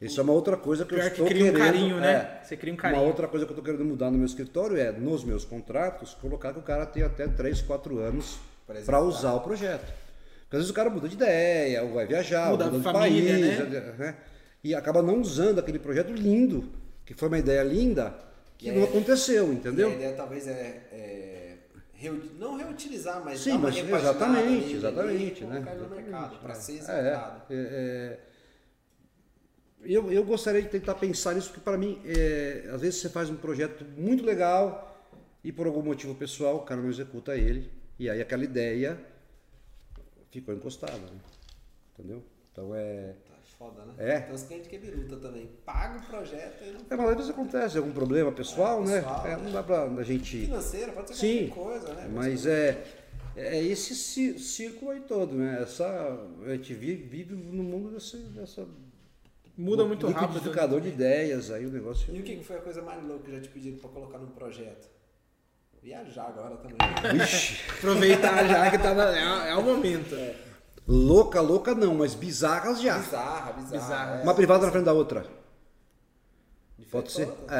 Isso é uma outra coisa que eu
Pior que
estou
cria um
querendo.
carinho, né?
é.
Você cria um carinho.
Uma outra coisa que eu estou querendo mudar no meu escritório é, nos meus contratos, colocar que o cara tem até 3, 4 anos
Pra
para
executar.
usar o projeto. Porque às vezes o cara muda de ideia, ou vai viajar,
Muda
ou muda
a
de
família,
país, né? e acaba não usando aquele projeto lindo, que foi uma ideia linda, que
E
não
aí-
aconteceu, entendeu?
E a ideia talvez é, é reu- não reutilizar, mas
Sim,
dar uma
mas
repaginada
exatamente,
nele, e
exatamente, né?
colocar ele no mercado, para ser executado.
É, é, é. eu, eu gostaria de tentar pensar nisso, porque para mim, é, às vezes você faz um projeto muito legal e por algum motivo pessoal o cara não executa ele, e aí aquela ideia ficou encostada, né? entendeu? Então é.
Tá foda, né?
É.
Então os clientes que biruta também. Paga o projeto e não
É, mas às vezes acontece algum problema pessoal,
É,
né?
pessoal,
É,
né?
não dá pra a gente.
financeiro, pode ser
Sim,
qualquer coisa, né?
Mas é, é esse ci- círculo aí todo, né? Essa, a gente vi- vive, no mundo desse, dessa.
Muda muito rápido. né?
Liquidificador de ideias, aí o negócio.
E o que que foi a coisa mais louca que já te pediram pra colocar num projeto? Viajar agora também.
Vixe!
né?
(laughs)
Aproveitar já que tá na- é, é o momento.
Louca, louca não, mas bizarras já.
Bizarra, bizarra.
Bizarra.
é.
Uma privada na frente da outra.
De frente
Pode ser?
pra outra.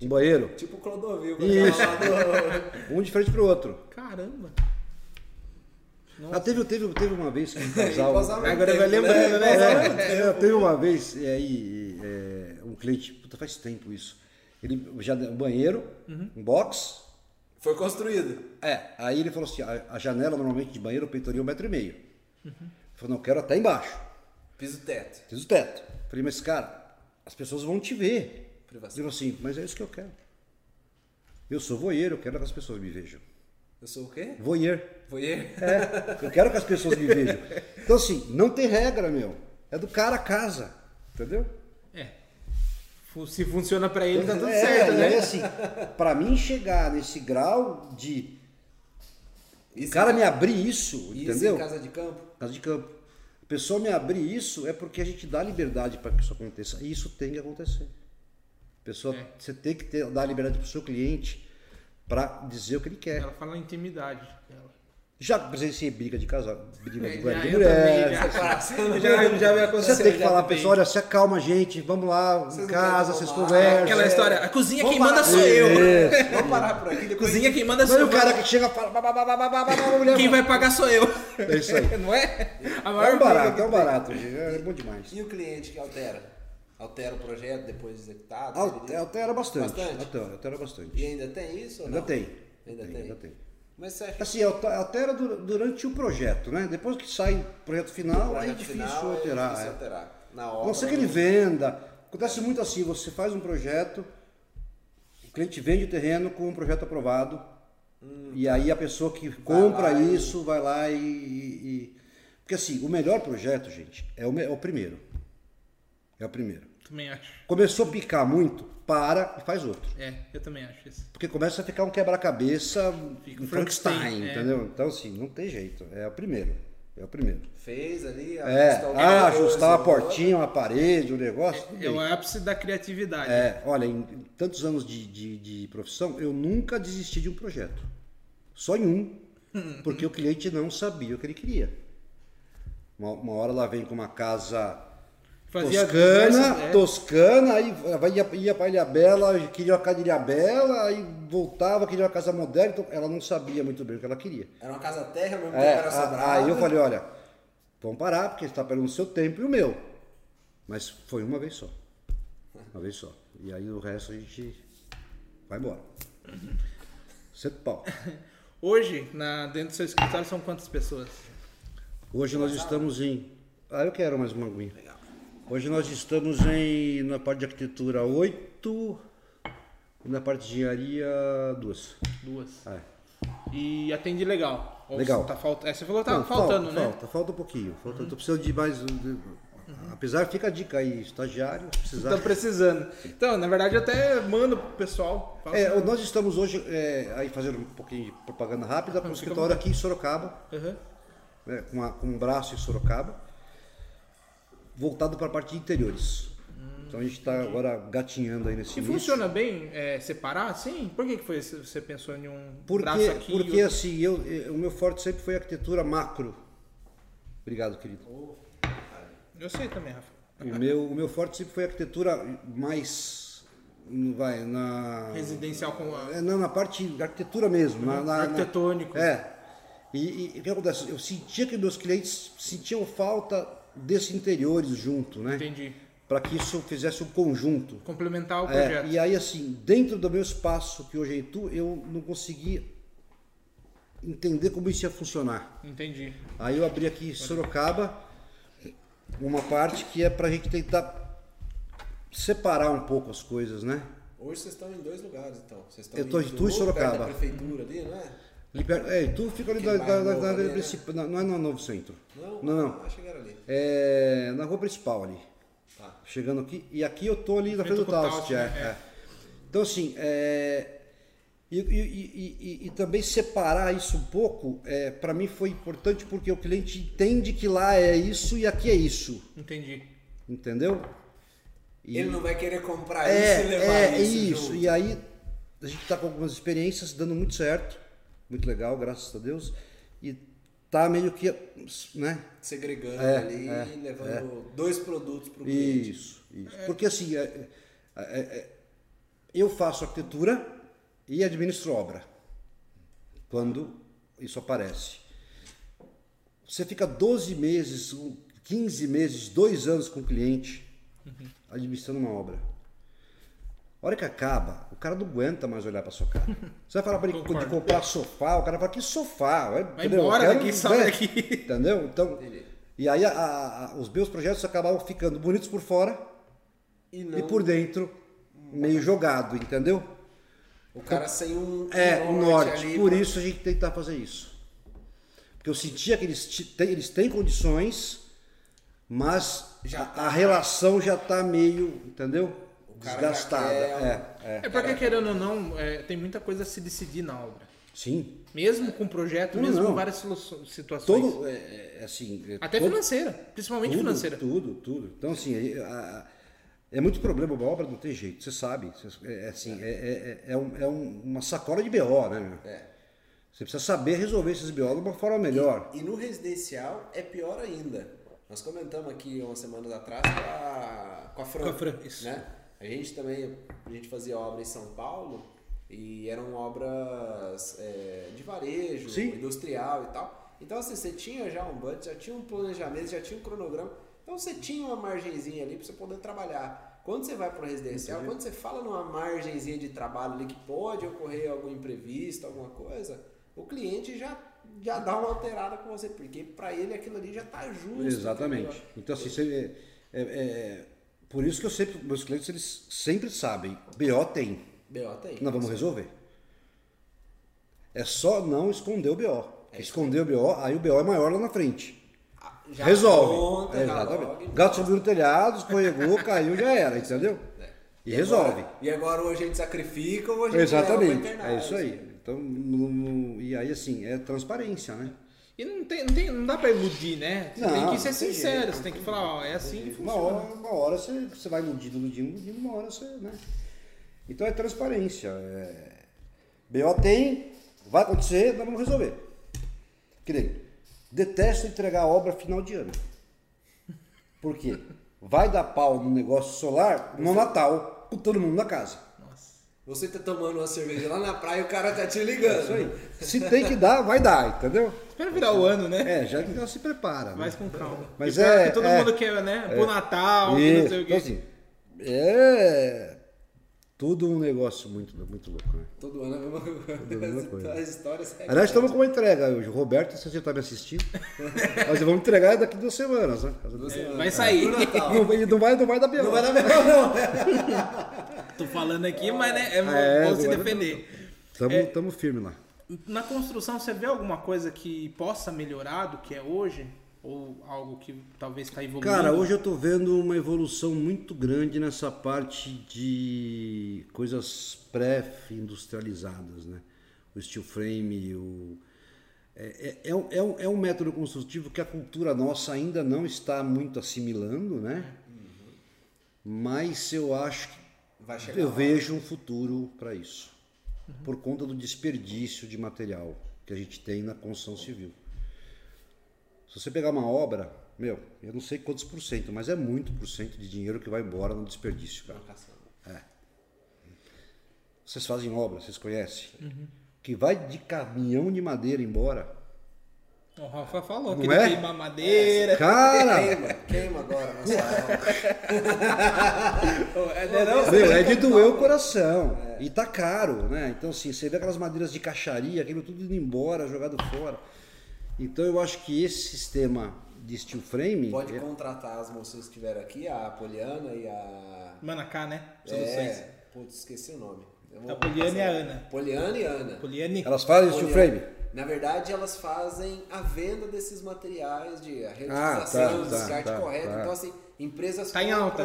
É. Um banheiro.
Tipo o Clodovil, que
Isso.
lá do...
Um de frente pro outro.
Caramba.
Ah, teve, teve, teve uma vez que
(laughs)
um casal.
Posar ao mesmo
Agora
tempo,
vai lembrando, né?
É, é, teve uma vez, e aí, é, um cliente, puta, faz tempo isso. Ele já um banheiro,
Uhum.
um box.
Foi construído.
É, aí ele falou assim: a, a janela normalmente de banheiro, o peitoril é um metro e meio. Ele falou, não, eu quero até embaixo.
Piso teto.
Fiz o teto. Falei, mas cara, as pessoas vão te ver. Ele
Privacidade.
falou assim, mas é isso que eu quero. Eu sou voyeur, eu quero que as pessoas me vejam.
Eu sou o quê?
Voyeur.
Voyeur?
É, eu quero que as pessoas me vejam. Então, assim, não tem regra, meu. É do cara a casa. Entendeu?
É. Fu- Se funciona pra ele, tá tudo
é,
certo,
e
né?
aí, assim, pra mim chegar nesse grau de. O
Isso
cara
em-
me abrir isso,
Isso
entendeu?
em casa de campo?
Casa de campo. A pessoa me abrir isso é porque a gente dá liberdade para que isso aconteça. E isso tem que acontecer. A Pessoa,
É.
Você tem que ter, dar liberdade para o seu cliente para dizer o que ele quer.
Ela fala na intimidade dela.
Já presenciei briga de casal, briga de,
É,
mulher,
já,
de
eu
mulher,
também, já.
Separação.
Já, já vai acontecer.
Você tem que
já
falar,
também.
pessoal, olha, se acalma, gente, vamos lá, em
Vocês
casa,
não
vocês
vão lá.
conversam.
Aquela
É.
história, a cozinha quem
Vamos
manda
parar.
sou eu.
Isso.
Vamos parar por aqui. Depois
Cozinha quem manda sou
Não é
eu.
o cara que chega e fala, "Bah, bah, bah, bah, bah, bah, bah, bah", a mulher
Quem
fala,
vai pagar sou eu.
É isso aí.
(laughs) Não é? A
É um
briga
barato,
que
é um
tem.
barato, gente, é bom demais.
E o cliente que altera? Altera o projeto depois de executado?
Altera, altera bastante,
Bastante?
altera, altera bastante.
E ainda tem isso ou
Ainda
não?
tem.
Ainda tem.
Ainda tem.
Mas você acha que
Assim, alter- altera dura- durante o projeto, né? Depois que sai o projeto
o
final, aí é
projeto
difícil
final
alterar.
É difícil
é.
alterar. Na
A
obra.
não ser que ele venda. Acontece muito assim, você faz um projeto, o cliente vende o terreno com um projeto aprovado, e aí a pessoa que compra
Hum, lá e-
isso vai lá e, e- e- Porque assim, o melhor projeto, gente, é o, me- é o primeiro. É o primeiro.
Também acho.
Começou a picar muito, para e faz outro.
É, eu também acho isso.
Porque começa a ficar um quebra-cabeça,
Fica
um
um Frankenstein,
Frankenstein,
é.
entendeu? Então assim, não tem jeito, é o primeiro. É o primeiro.
Fez ali,
É,
ajustou alguma
ah,
coisa,
ajustar uma
outra.
portinha, uma parede, um negócio. tudo
É
bem.
o ápice da criatividade.
É, olha, em tantos anos de, de- de profissão, eu nunca desisti de um projeto. Só em
(laughs)
um. Porque o cliente não sabia o que ele queria. Uma, uma hora ela vem com uma casa toscana,
diversas- é.
toscana, aí vai- ia, ia para Ilhabela, queria uma casa de Ilhabela, aí voltava, queria uma casa moderna, então ela não sabia muito bem o que ela queria.
Era uma casa terra, mesmo
É,
tempo era sobrado.
a- aí eu falei, olha, vamos parar, porque está perdendo o seu tempo e o meu. Mas foi uma vez só. Uma vez só. E aí o resto a gente vai embora. Sete pau.
Hoje, na, dentro do seu escritório, são quantas pessoas?
Hoje nós estamos em. Ah, eu quero mais uma aguinha. Hoje nós estamos em. Na parte de arquitetura, oito. E na parte de engenharia, duas.
Duas.
Ah, é.
E atende legal. Ou
Legal.
Tá falta... é, você falou que tá
Não,
faltando,
falta,
né?
Falta, falta um pouquinho. Falta, Tô precisando de mais. um- de- Apesar, fica a dica aí, estagiário, se precisar.
Tá precisando. Então, na verdade, eu até mando pro pessoal. assim, Fala
É, o- nós estamos hoje, é, aí fazendo um pouquinho de propaganda rápida, para um
fica à
escritório aqui em Sorocaba,
Aham.
né, com, a- com um braço em Sorocaba, voltado para a parte de interiores. Então a gente está agora gatinhando aí nesse
E
início.
funciona bem é, separar assim? Por que, que foi, esse- você pensou em um
Porque,
braço aqui? e
porque
outro-
assim, eu, eu- o meu forte sempre foi arquitetura macro. Obrigado, querido.
Eu sei também, Rafa.
O meu, o meu forte sempre foi arquitetura mais. Vai, na.
Residencial com ah, a...
É, não, na parte de arquitetura mesmo. Na, na- na-
arquitetônico.
É. E, e o que acontece? Eu sentia que meus clientes sentiam falta desses interiores junto, né?
Entendi.
Para que isso fizesse um conjunto.
Complementar o
É,
projeto.
e aí, assim, dentro do meu espaço que hoje é Itu, eu não consegui entender como isso ia funcionar.
Entendi.
Aí eu abri aqui em Sorocaba uma parte que é para a gente tentar separar um pouco as coisas, né?
Hoje vocês estão em dois lugares, então. Vocês estão
Eu tô
em
em Itu e
Itu, perto
Sorocaba.
Da prefeitura ali, não é?
Ali perto- é, tu fica ali da,
Aquele
da,
bairro
da-
novo
da
ali, né?
principal. Não é no novo centro.
Não,
Não, não.
Acho que era ali.
É na rua principal ali.
Tá.
Chegando aqui. E aqui eu tô ali na frente do
Frente ao Taust,
Taust. é,
né?
é. Então assim, é, e, e- e- e- e também separar isso um pouco, é, para mim foi importante porque o cliente entende que lá é isso e aqui é isso.
Entendi.
Entendeu? E-
Ele não vai querer comprar isso e levar
é, é
isso.
isso.
junto.
E aí a gente tá com algumas experiências dando muito certo, muito legal, graças a Deus. E tá meio que, né?
Segregando
É,
ali e levando dois produtos pro cliente.
Isso, isso. Porque assim, é- é- é- eu faço arquitetura e administro obra. Quando isso aparece. Você fica 12 meses, um, 15 meses, dois anos com o cliente administrando uma obra. A hora que acaba, o cara não aguenta mais olhar pra sua cara. Você vai falar pra ele de
Concordo.
comprar sofá, o cara fala, que sofá?
Vai embora daqui, sai daqui.
Entendeu? Então,
Entendi.
e aí a- a- a- os meus projetos acabavam ficando bonitos por fora
E não
e por dentro meio jogado, entendeu?
o cara sem um
É,
um
o norte.
ali
por
pra-
isso a gente tentar fazer isso. Porque eu sentia que eles, ti- têm- eles têm condições, mas
Já
a, a relação já tá meio, entendeu?
cara já
Desgastada.
quer
É, é.
É porque, querendo ou não, é, tem muita coisa a se decidir na obra.
Sim.
Mesmo com projeto,
Não,
mesmo
não.
com várias solu- situações.
Todo. é, é, assim, é,
Até
todo-
financeira, principalmente
tudo,
financeira.
Tudo, tudo. Então, assim, aí, a- é muito problema uma obra, não tem jeito, você sabe. Você- é, é assim, é, é- é- é um- é um- uma sacola de BO, né? meu?
É.
Você precisa saber resolver esses BO de uma forma melhor.
E no residencial é pior ainda. Nós comentamos aqui umas semanas atrás com a, com a Fran.
Com a Fran, isso.
Né? A gente também a gente fazia obra em São Paulo e eram obras é, de varejo,
Sim.
industrial e tal. Então assim, você tinha já um budget, já tinha um planejamento, já tinha um cronograma. Então você tinha uma margenzinha ali para você poder trabalhar. Quando você vai para o residencial, quando você fala numa margenzinha de trabalho ali que pode ocorrer algum imprevisto, alguma coisa, o cliente já, já dá uma alterada com você, porque para ele aquilo ali já tá justo.
Exatamente.
entendeu?
Então, assim, você- é, é- por isso que eu sempre, meus clientes, eles sempre sabem, BO tem,
B.O. tem.
nós vamos resolver. É só não esconder o BO. Esconder o BO, aí o BO é maior lá na frente.
Ah, já
resolve.
conta,
É,
já
exatamente.
logo.
Gato subiu no telhado, escorregou, (laughs) caiu, já era, entendeu? E resolve.
E agora ou a gente sacrifica ou a gente leva
Exatamente.
pra internar,
É isso aí. Então, no- no- e aí assim, é transparência, né?
E não, tem, não, tem- não dá pra iludir, né? Você
Não,
tem
não
que ser
tem
sincero,
jeito,
você tem que falar, ó, é assim que
Uma
funciona.
hora, uma hora você, você vai iludindo, iludindo, iludindo, uma hora você, né? Então é transparência. é- BO tem, vai acontecer, nós vamos resolver. Que nem, detesto entregar obra final de ano. Por quê? Vai dar pau no negócio solar no Natal, com todo mundo na casa.
Nossa.
Você tá tomando uma cerveja lá na praia e o cara tá te ligando.
É Isso aí. Se tem que dar, vai dar, entendeu?
Espera virar o ano, né?
É, já que ela se prepara. Né?
Mas com calma.
Mas
E pior
é-
que todo
é-
mundo quer, né? Pro Natal, que não
Isso,
sei o quê.
então, assim, é tudo um negócio muito, muito louco, né?
Todo ano é a mesma coisa.
ano é a
(laughs)
mesma coisa.
As histórias seguem.
Aliás, estamos com uma entrega hoje. O Roberto, se você está me assistindo, (laughs) nós vamos entregar daqui duas semanas, né?
Duas semanas.
vai sair.
Pro Natal.
Não, ele não vai, não vai dar pior.
Não vai dar melhor, não.
Tô falando aqui, mas né, é,
É,
bom se
agora-
defender.
Estamos
É.
firme lá.
Na construção, você vê alguma coisa que possa melhorar do que é hoje? Ou algo que talvez está evoluindo?
Cara, hoje eu tô vendo uma evolução muito grande nessa parte de coisas pré-industrializadas, né? O steel frame, o... É, é- é um- é um, é um método construtivo que a cultura nossa ainda não está muito assimilando, né? Mas eu acho que
Vai chegar.
Eu
lá.
vejo um futuro para isso, por conta do desperdício de material que a gente tem na construção civil. Se você pegar uma obra, meu, eu não sei quantos por cento, mas é muito por cento de dinheiro que vai embora no desperdício, cara. Vocês fazem obra, vocês conhecem? Que vai de caminhão de madeira embora.
O Rafa falou
Não
que ele
é?
queima madeira.
(laughs)
Cara,
Queima, queima
(laughs)
agora. Nossa,
Oh, é, né, não?
Meu, é de doer o coração. E tá caro, né? Então, assim, você vê aquelas madeiras de caixaria, aquilo tudo indo embora, jogado fora. Então, eu acho que esse sistema de steel frame.
pode
é-
contratar as moças que estiveram aqui, a Poliana e a.
Manacá, né? Soluções.
É, putz, esqueci o nome. Eu
A Poliana e a Ana.
Poliana e Ana.
Poliane.
Elas fazem
Olha,
steel frame?
Na verdade, elas fazem a venda desses materiais de a reutilização,
Ah, tá, tá,
descarte
tá,
correto.
tá.
Então, assim, empresas
Tá em alta.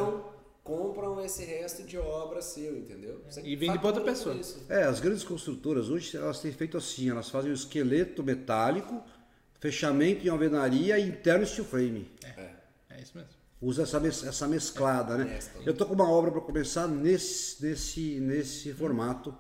compram esse resto de obra seu, entendeu? Você
É. E vende pra outra
fatura
pessoa.
com isso.
É, as grandes construtoras hoje elas têm feito assim, elas fazem o esqueleto metálico, fechamento em alvenaria e interno steel frame.
É.
É isso mesmo.
Usa essa, mes- essa mesclada, né?
Mescla.
Eu tô com uma obra para começar nesse, nesse, nesse formato.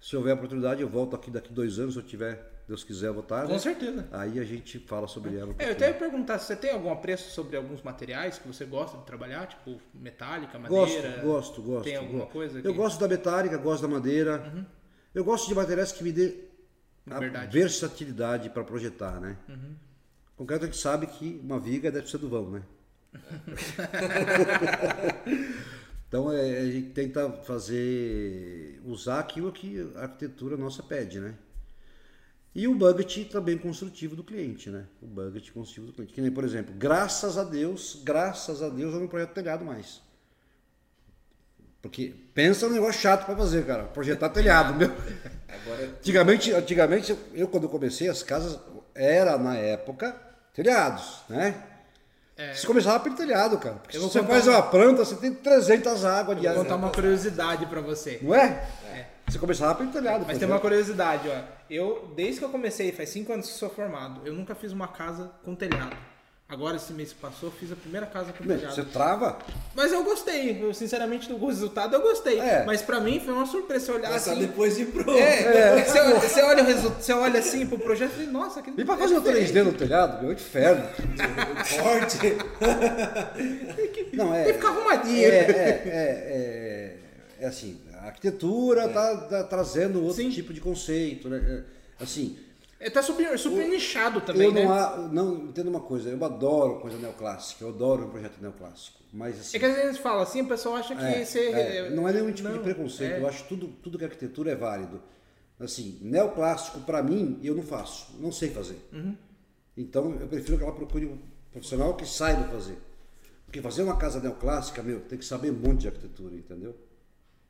Se houver oportunidade, eu volto aqui daqui dois anos, se eu tiver, Deus quiser, votar.
Com certeza.
né? Aí a gente fala sobre ela. um
É, eu
pouquinho.
até ia perguntar se você tem algum apreço sobre alguns materiais que você gosta de trabalhar, tipo metálica,
Gosto,
madeira.
gosto, gosto.
Tem alguma
gosto.
coisa
Eu
que- Uhum.
gosto da metálica, gosto da madeira. Eu gosto de materiais que me dê a
Liberdade.
versatilidade para projetar, né? Concreto a gente sabe que uma viga deve ser do vão, né? então é, a gente tenta fazer, usar aquilo que a arquitetura nossa pede, né? E o budget também construtivo do cliente, né? O budget construtivo do cliente. Que nem, por exemplo, graças a Deus, graças a Deus eu não projeto telhado mais. Porque pensa um negócio chato pra fazer, cara. Projetar telhado, meu.
Agora, é
Antigamente, antigamente, eu quando eu comecei, as casas era na época telhados, né? Você começava pelo telhado, cara. Porque
Eu
se
vou
você
contar
faz
uma-
uma planta, você tem 300 águas de
Vou contar
água.
uma curiosidade pra você.
Não é? Você começava pelo telhado.
Mas
pois
tem
é.
uma curiosidade, ó. Eu, desde que eu comecei, faz cinco anos que sou formado, eu nunca fiz uma casa com telhado. Agora, esse mês que passou, eu fiz a primeira casa com
Meu,
telhado.
Você trava?
Mas eu gostei, eu, sinceramente, do resultado eu gostei.
É.
Mas pra mim foi uma surpresa você
Ah,
olhar
é só
assim.
depois de pronto. (laughs)
É, Você, olha- você olha o resu- você olha assim pro projeto e fala, nossa, que
E pra fazer o 3D no telhado, meu, é um inferno.
Forte.
Não, é.
Tem que ficar arrumadinho.
(laughs) É, é, é, é, é assim, a arquitetura tá, tá trazendo outro
Sim.
tipo de conceito, né? É, Assim,
É, tá super, super nichado também,
eu não,
né?
há- não entendo uma coisa, eu adoro coisa neoclássica, eu adoro o projeto neoclássico, mas assim,
É que às vezes fala assim, o pessoal acha que
é,
você.
é, não é nenhum tipo de
não,
preconceito,
é.
eu acho tudo, tudo que é arquitetura é válido. Assim, neoclássico pra mim, eu não faço, não sei fazer.
Uhum.
Então eu prefiro que ela procure um profissional que saiba fazer. Porque fazer uma casa neoclássica, meu, tem que saber muito de arquitetura, entendeu?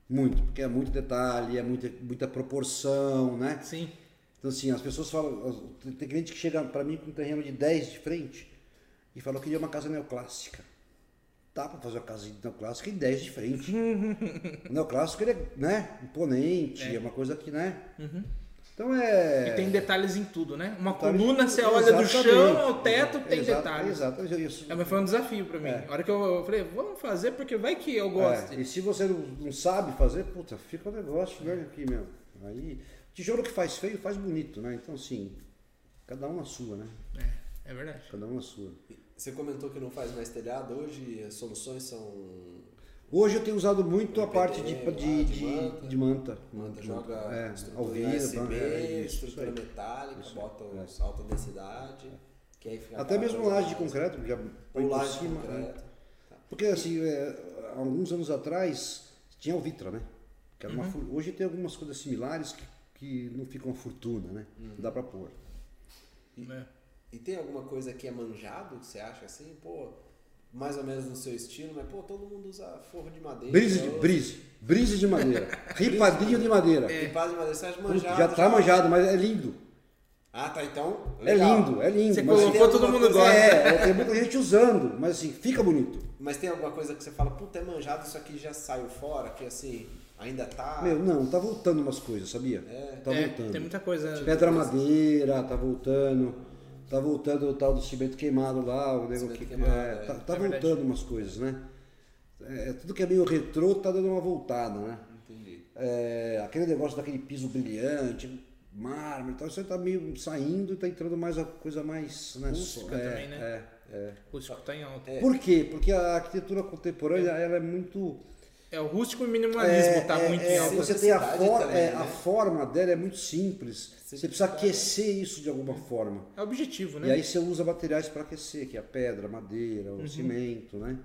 Muito, porque é muito detalhe, é muita, muita proporção, né?
Sim.
Então, assim, as pessoas falam. as- Tem tem cliente que chega pra mim com um terreno de 10 de frente e fala: Eu queria uma casa neoclássica. Dá pra fazer uma casa neoclássica em 10 de
(laughs)
frente. o neoclássico, ele é, né? Imponente, é, uma coisa que, né? Então é.
Uhum. E tem detalhes em tudo, né? Uma
Detalhes-
coluna, você olha do chão
Exatamente.
ao teto, tem
Exato,
detalhes.
Exato, isso.
É, mas foi um desafio pra mim. A hora que eu eu falei, vamos fazer porque vai que eu gosto.
É, e se você não, não sabe fazer, puta, fica o negócio velho aqui mesmo. Aí, tijolo que faz feio faz bonito, né? Então, assim, cada um na sua, né?
É, é verdade.
Cada um na sua.
Você comentou que não faz mais telhado hoje, as soluções são.
Hoje eu tenho usado muito a
PDM,
parte de,
lá,
de,
de
de,
manta.
de manta.
Manda, joga
é,
estrutura
alvira,
USB,
é, isso, isso
estrutura
aí.
metálica,
Isso aí,
bota
é.
os alta densidade. Que aí fica
Até mesmo
aquela
laje de
coisa
concreto, já põe
Ou
por
né? laje de
cima. né?
concreto.
Porque assim, é, há alguns anos atrás tinha o Vitra, né? Que era uma fu- Hoje tem algumas coisas similares que, que não ficam uma fortuna, né? Não dá pra pôr.
É.
E tem alguma coisa que é manjado, que você acha assim, pô, mais ou menos no seu estilo, mas pô, todo mundo usa forro de madeira.
Brise de,
ou-
brise, brise de madeira. Ripadinho de madeira.
Ripado de madeira, você acha
Puta,
É, manjado?
já tá manjado, mas é lindo.
Ah, tá, então.
É
legal.
lindo, é lindo.
Você
mas-
colocou,
tem
todo
alguma
mundo
coisa-
gosta.
É, é, tem muita gente usando, mas assim, fica bonito.
Mas tem alguma coisa que você fala, puta, é manjado, isso aqui já saiu fora, que assim, ainda tá.
Meu, não, tá voltando umas coisas, sabia? Tá
É,
voltando.
tem muita coisa.
Pedra madeira, tá voltando. Tá voltando o tal do cimento queimado lá, o negócio
Cimento
que
queimado,
é,
é.
Tá, tá
É verdade.
voltando umas coisas, né? É, tudo que é meio retrô tá dando uma voltada, né?
Entendi.
É, aquele negócio daquele piso brilhante, mármore e tal, isso aí tá meio saindo e tá entrando mais a coisa mais. Né,
Rústica
é,
também, né?
é, é.
O rústico tá em alta.
É.
Por quê? Porque a arquitetura contemporânea ela é muito.
É, o rústico e o minimalismo tá muito em
é,
alta.
Você tem a,
Simplicidade
for-
também,
é,
né?
a forma dela é muito simples. Você precisa
Simplicidade.
aquecer isso de alguma forma.
É objetivo,
E
né?
aí você usa materiais para aquecer, que é a pedra, a madeira,
Uhum.
o cimento, né?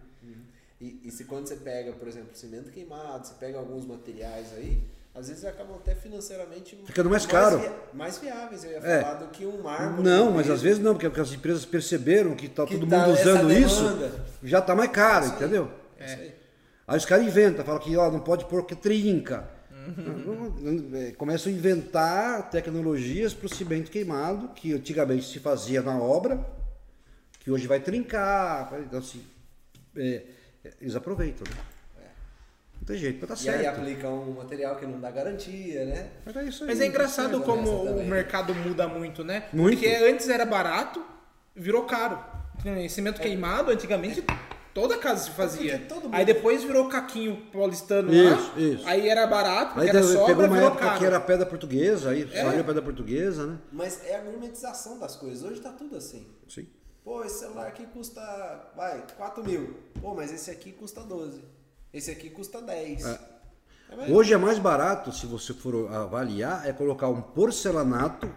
E, e se quando você pega, por exemplo, cimento queimado, você pega alguns materiais aí, às vezes acabam até financeiramente.
Ficando mais caro.
via- mais viáveis, eu ia
É.
falar, do que um mármore.
Não, mas às vezes não, porque porque as empresas perceberam que tá
Que
todo
tá
mundo
essa
usando isso,
demanda.
já tá mais caro, entendeu?
É. isso aí.
Aí os caras inventam, falam que ó, não pode pôr porque trinca. É, Começam a inventar tecnologias para o cimento queimado, que antigamente se fazia na obra, que hoje vai trincar. vai- Então, assim, é, é, eles aproveitam, né? Não tem jeito, mas
E
tá
aí
certo.
aplica um material que não dá garantia, né?
Mas é isso aí. é
Mas é engraçado
Mas
como
essa
o
também.
mercado muda muito, né?
Muito.
Porque antes era barato, virou caro. Que nem Cimento
É.
queimado, antigamente, toda casa se fazia.
Porque todo mundo-
Aí depois virou caquinho paulistano
Isso,
lá.
isso.
Aí era barato,
Aí
porque era
teve-
sobra,
pegou uma
virou
época
caro.
que era pedra portuguesa, aí saiu a pedra portuguesa, né?
Mas é a gourmetização das coisas. Hoje tá tudo assim.
Sim.
Pô, esse celular aqui custa, vai, 4 mil. Pô, mas esse aqui custa 12. Esse aqui custa 10. É mesmo?
Hoje é mais barato, se você for avaliar, é colocar um porcelanato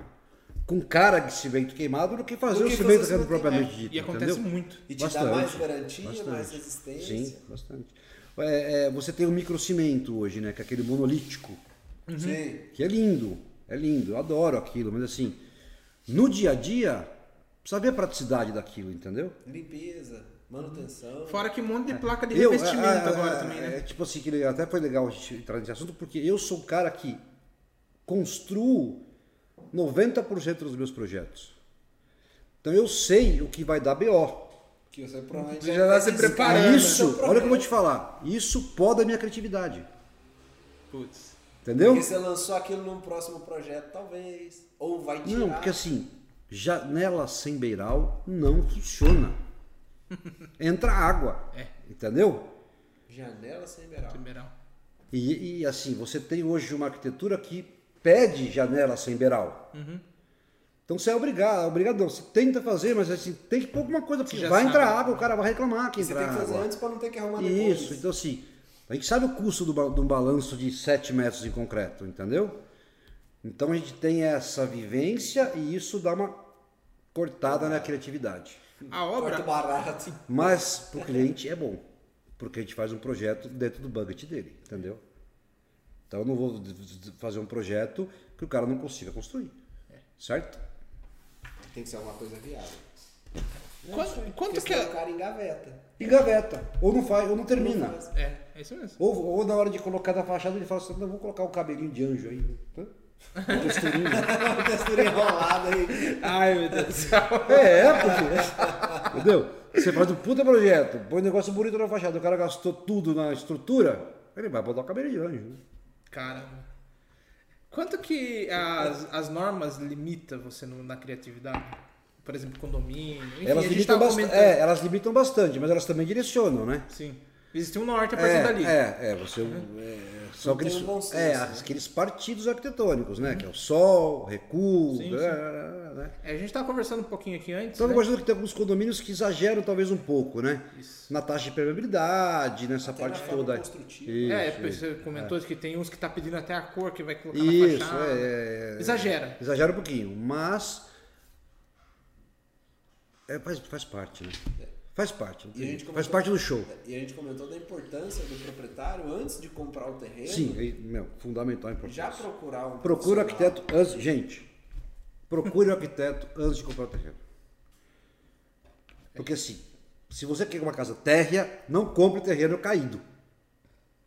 com cara de cimento queimado do que fazer
Do
o
que
cimento
fazer
queimado
cimento
propriamente dito.
E acontece
entendeu?
muito.
E te dá mais garantia, mais resistência.
Sim, bastante. É, é, você tem o microcimento hoje, né? Que é aquele monolítico,
Sim.
que é lindo, é lindo, eu adoro aquilo, mas assim, no dia a dia, precisa ver a praticidade daquilo, entendeu?
Limpeza, manutenção.
Fora que um monte de placa de
É. Eu,
revestimento
ah, ah,
agora
ah,
também, né?
é, tipo assim, que até foi legal a gente entrar nesse assunto, porque eu sou o cara que construo 90% dos meus projetos. Então eu sei o que vai dar BO.
Que você provavelmente
Você já tá se
antecipa.
preparando.
isso,
Esse é o
olha o que eu
problema.
vou te falar, isso poda a minha criatividade.
Putz.
Entendeu?
Porque você lançou aquilo num próximo projeto, talvez. Ou
é
vai tirar.
Não, porque assim, janela sem beiral não
(laughs)
funciona. Entra água.
É.
Entendeu?
Janela sem beiral.
Primeirão.
E, e, assim, você tem hoje uma arquitetura que pede janela sem beiral.
Uhum.
Então você é obrigado, obrigado não, você tenta fazer, mas assim, tem que pôr alguma coisa, porque
Já
vai
sabe.
entrar água, o cara vai reclamar que
Você
entra
tem que fazer
água.
antes pra não ter que arrumar depois.
Isso, então assim, a gente sabe o custo do ba- de um balanço de 7 metros de concreto, entendeu? Então a gente tem essa vivência e isso dá uma cortada na criatividade.
A
Corta
obra,
barato.
Mas pro cliente é bom, porque a gente faz um projeto dentro do budget dele, entendeu? Então eu não vou d- d- fazer um projeto que o cara não consiga construir, certo?
Tem que ser alguma coisa
(laughs)
viável. Né?
quanto,
Porque
quanto que
senão o
é...
cara
(laughs)
engaveta.
E gaveta, ou não faz, ou não termina.
Não faz.
É, é isso mesmo.
Ou, ou na hora de colocar na fachada ele fala assim, não, vou colocar um cabelinho de anjo aí, tá? Um
(laughs)
texturinho.
Uma textura enrolada aí.
Ai, meu Deus do céu. (laughs)
É, é, porque. Entendeu? Você faz um puta projeto, põe um negócio bonito na fachada, o cara gastou tudo na estrutura, ele vai botar o cabelo de anjo. né?
Caramba. Quanto que as, as normas limitam você no- na criatividade? Por exemplo, condomínio. Enfim,
Elas,
a gente
limitam
tava
bastante,
comentando.
é, elas limitam bastante, mas elas também direcionam, né?
Sim. Existe um norte a partir
É,
dali.
é, é, você. É, são
Tem
aqueles,
um bom senso,
é,
né?
aqueles partidos arquitetônicos, né? Que é o sol, recuo.
Sim,
né,
sim.
né, né.
É, a gente tava conversando um pouquinho aqui antes.
Então, eu
né?
tô gostando que tem alguns condomínios que exageram talvez um pouco, né?
Isso.
Na taxa de permeabilidade, nessa
Até
parte
na forma
toda.
construtiva.
Isso,
é,
isso.
você comentou que tem uns que tá pedindo até a cor que vai colocar
Isso,
na fachada.
é, é.
Exagera.
Exagera um pouquinho, mas. é, faz, faz parte, né? Faz parte. não tem
E a gente
jeito. faz
comentou-
parte do show.
E a gente comentou da importância do proprietário antes de comprar o terreno.
Sim, é, meu, fundamental a
Já
importância.
procurar um
Procure
profissional.
o arquiteto antes. Gente, procure o arquiteto antes de comprar o terreno. Porque assim, se você quer uma casa térrea, não compre terreno caído.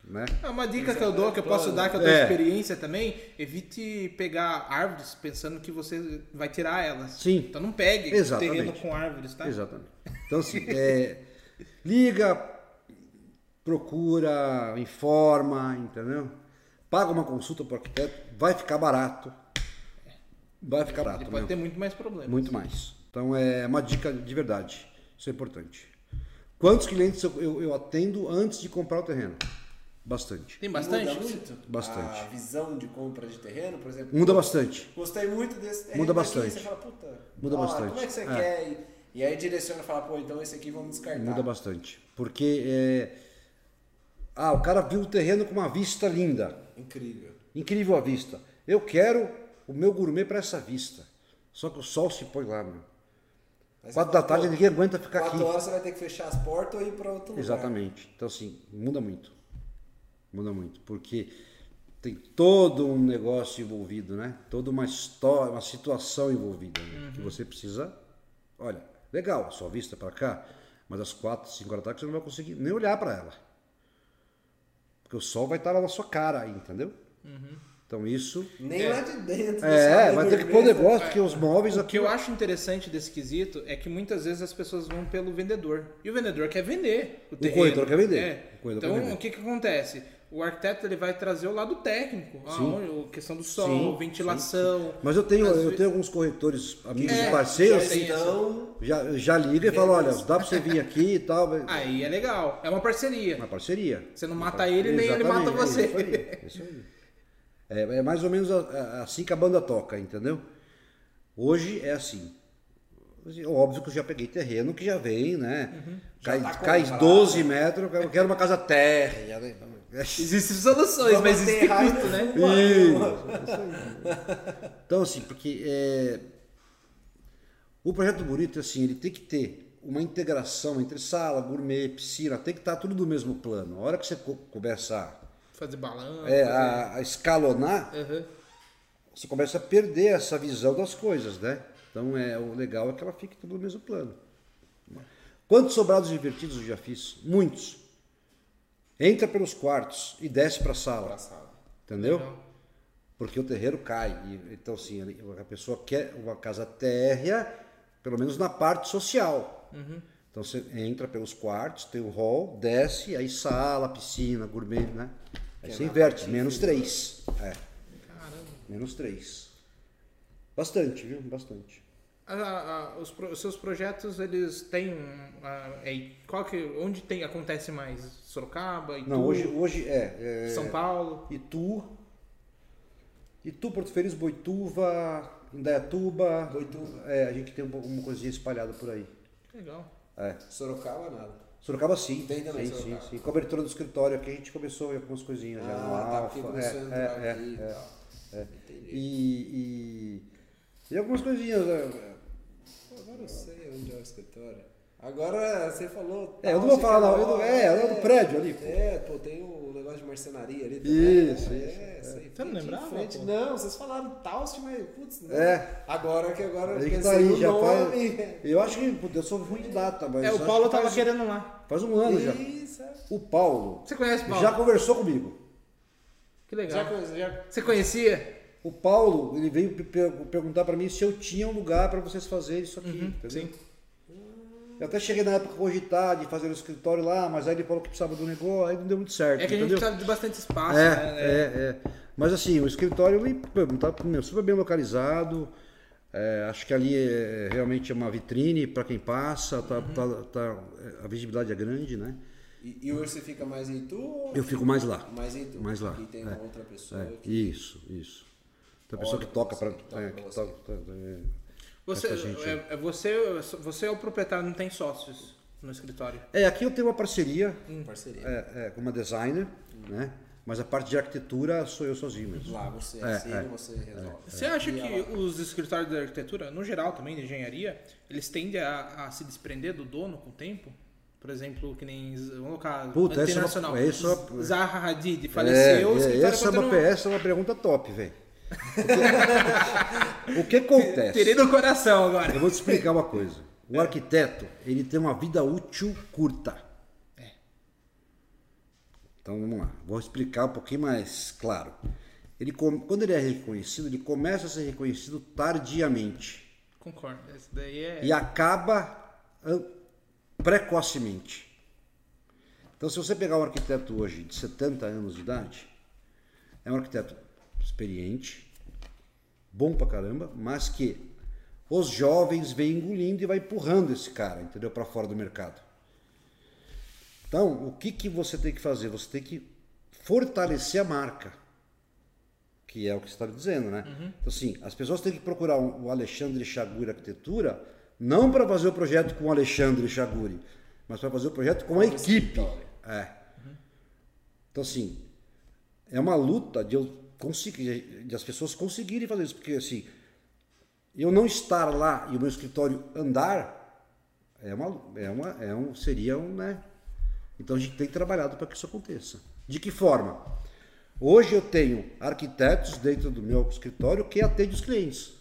Né?
Ah, Uma dica que eu dou, que eu posso dar, que eu dou
É.
experiência também, evite pegar árvores pensando que você vai tirar elas.
Sim.
Então não pegue
Exatamente.
terreno com árvores, tá?
Exatamente. Então, assim, é, liga, procura, informa, entendeu? Paga uma consulta para o arquiteto, vai ficar barato. Vai ficar barato.
Ele
mesmo.
pode ter muito mais problemas.
Muito mais. Então é uma dica de verdade. Isso é importante. Quantos clientes eu, eu- eu atendo antes de comprar o terreno? Bastante.
Tem bastante?
Muda muito
Bastante.
a visão de compra de terreno, por exemplo.
Muda bastante.
Gostei muito desse terreno.
Muda
daqui,
bastante.
Você fala, puta,
Muda
ó,
bastante.
Como é que você
É.
quer? E, e aí direciona e fala, pô, então esse aqui vamos descartar.
Muda bastante. Porque é, Ah, o cara viu o terreno com uma vista linda.
Incrível.
Incrível a vista. Eu quero o meu gourmet para essa vista. Só que o sol se põe lá, meu.
Aí você
Quatro da
fala,
tarde
pô,
ninguém aguenta ficar aqui.
é Quatro horas você vai ter que fechar as portas ou ir pra
É.
outro lugar.
Exatamente. Então, assim, muda muito. Muda muito. Porque tem todo um negócio envolvido, né? Toda uma história, uma situação envolvida. né?
Uhum.
Que você precisa. Olha, legal, a sua vista para cá, mas às 4, 5 horas da tarde você não vai conseguir nem olhar para ela. Porque o sol vai estar lá na sua cara, entendeu?
Uhum.
Então isso.
Nem
É.
lá de dentro.
É,
sabe,
vai
da
ter que pôr
empresa.
negócio, porque os móveis
O que
aqui.
eu acho interessante desse quesito é que muitas vezes as pessoas vão pelo vendedor. E o vendedor quer vender o terreno.
corretor quer vender.
É.
O corretor
então,
quer vender.
o que, que acontece? O arquiteto ele vai trazer o lado técnico. a on- a questão do sol,
Sim,
ventilação.
Mas eu tenho,
Às
eu
vezes-
tenho alguns corretores, amigos
É,
e parceiros,
já tem
que
Então,
já, já liga e fala, olha, dá pra você vir aqui e tal. mas-
Aí é legal. É uma parceria.
Uma parceria.
Você não mata ele, nem ele
Exatamente,
mata você.
É, isso aí, é isso aí. É- é mais ou menos a- a- assim que a banda toca, entendeu? Hoje é assim. Assim, Óbvio que eu já peguei terreno que já vem, né?
Uhum.
Já
Cai,
tá
cai
comprado.
12
né?
metros, eu quero- eu quero uma casa térrea.
(laughs)
né?
Existem soluções,
Vamos
mas existe
aterrar
custo,
isso.
né?
Isso, isso aí. Então, assim, porque é, o projeto bonito, assim, ele tem que ter uma integração entre sala, gourmet, piscina, tem que estar tudo do mesmo plano. A hora que você co- começar
Fazer balanço.
é, a, a escalonar,
Aham.
você começa a perder essa visão das coisas, né? Então, é, o legal é que ela fique tudo no mesmo plano. Quantos sobrados invertidos eu já fiz? Muitos. Entra pelos quartos e desce para a sala,
engraçado.
entendeu?
Legal.
Porque o terreiro cai. E, então, assim, ele- a pessoa quer uma casa térrea, pelo menos na parte social. Então, você entra pelos quartos, tem o hall, desce, aí sala, piscina, gourmet, né? Aí
Que
você
é na
inverte,
parte
menos
inferior.
três. É,
Caramba.
menos três. Bastante, viu? Bastante.
A- a- a- Ah, os, pro- os seus projetos, eles têm. um- a- é- qual que, onde tem, acontece mais? Sorocaba, Itu,
Não, hoje, hoje é, é
São Paulo?
Itu, Itu, Porto Feliz, Boituva, Indaiatuba. Boituva. É, a gente tem um- uma coisinha espalhada por aí.
Legal.
É.
Sorocaba, nada.
Sorocaba sim.
Tem também
sim,
Sorocaba.
sim, sim. Com a abertura do escritório aqui a gente começou em algumas coisinhas já. no
Ah, tá,
Alfa,
porque começou a
é,
entrar
é,
aqui
é,
e
é.
tal. Entendi.
E, e, e algumas coisinhas. né?
Agora eu sei onde é o escritório. Agora você falou.
É, eu
tal,
não vou falar
chega
não,
lá,
eu não- é, é do prédio ali, pô.
É, pô, tem o negócio de marcenaria ali
Isso, isso,
É,
é.
isso
Você
aí.
não
Frente em
lembrava,
frente.
pô?
Não, vocês falaram Taust, mas putz, não.
É.
Agora que agora
A
eu
gente
pensei
tá aí,
no
já
nome.
faz. Eu acho que, puta, eu sou ruim de data, mas.
É,
acho
o
que
Paulo tava
faz,
querendo lá.
Faz um ano já.
Isso. é.
O Paulo
Você conhece o Paulo?
já conversou comigo.
Que
Já,
legal.
conhece- já
Você conhecia?
O Paulo, ele veio pe- pe- perguntar pra mim se eu tinha um lugar pra vocês fazerem isso aqui, entendeu?
Uhum, sim.
Eu até cheguei na época a cogitar de fazer o escritório lá, mas aí ele falou que precisava do negócio, aí não deu muito certo,
É que a gente
entendeu?
precisava de bastante espaço,
É,
né?
é, é. Mas assim, o escritório ele, pô, tá meu, super bem localizado. É, acho que ali é, realmente é uma vitrine para quem passa. Tá,
Uhum.
tá- tá- é, a visibilidade é grande, né?
E, e hoje você fica mais em tu? ou-
Eu fico mais lá.
Mais em tu.
Mais lá,
E tem
é.
uma outra pessoa.
É,
que-
isso, isso. Então, a pessoa
Olha,
que toca tá, para.
que
tá
toca pra você.
assim. Você,
Essa gente-
é, é você, você é o proprietário, não tem sócios no escritório.
É, aqui eu tenho uma parceria
Parceria.
é, é, com uma designer, né? Mas a parte de arquitetura sou eu sozinho mesmo.
Lá você
É,
assina,
é.
você resolve.
Você acha
E
que
ela-
os escritórios da arquitetura, no geral também, de engenharia, eles tendem a, a se desprender do dono com o tempo? Por exemplo, que nem. Vamos colocar.
Puta, essa é uma-
internacional.
essa é uma-
Zaha Hadid faleceu, o
é,
escritório
essa, é uma,
continua.
essa é uma pergunta top, velho. O que (laughs) acontece?
Terei no coração agora.
Eu vou te explicar uma coisa. O arquiteto, ele tem uma vida útil curta. Então vamos lá, vou explicar um pouquinho mais claro. Ele com- Quando ele é reconhecido, ele começa a ser reconhecido tardiamente
Concordo. Esse daí é.
e acaba an- precocemente. Então, se você pegar um arquiteto hoje de 70 anos de idade, é um arquiteto experiente, bom pra caramba, mas que os jovens vêm engolindo e vai empurrando esse cara, entendeu, Pra fora do mercado. Então, o que que você tem que fazer? Você tem que fortalecer a marca, que é o que você está me dizendo, né? Então, assim, as pessoas têm que procurar um- o Alexandre Chaguri Arquitetura, não para fazer o projeto com o Alexandre Chaguri, mas para fazer o projeto com a
Com o
equipe.
escritório.
É. Então, assim, é uma luta de eu conseguir, de as pessoas conseguirem fazer isso, porque assim, eu não estar lá e o meu escritório andar é uma, é uma, é um, seria um, né? Então a gente tem trabalhado para que isso aconteça. De que forma? Hoje eu tenho arquitetos dentro do meu escritório que atendem os clientes.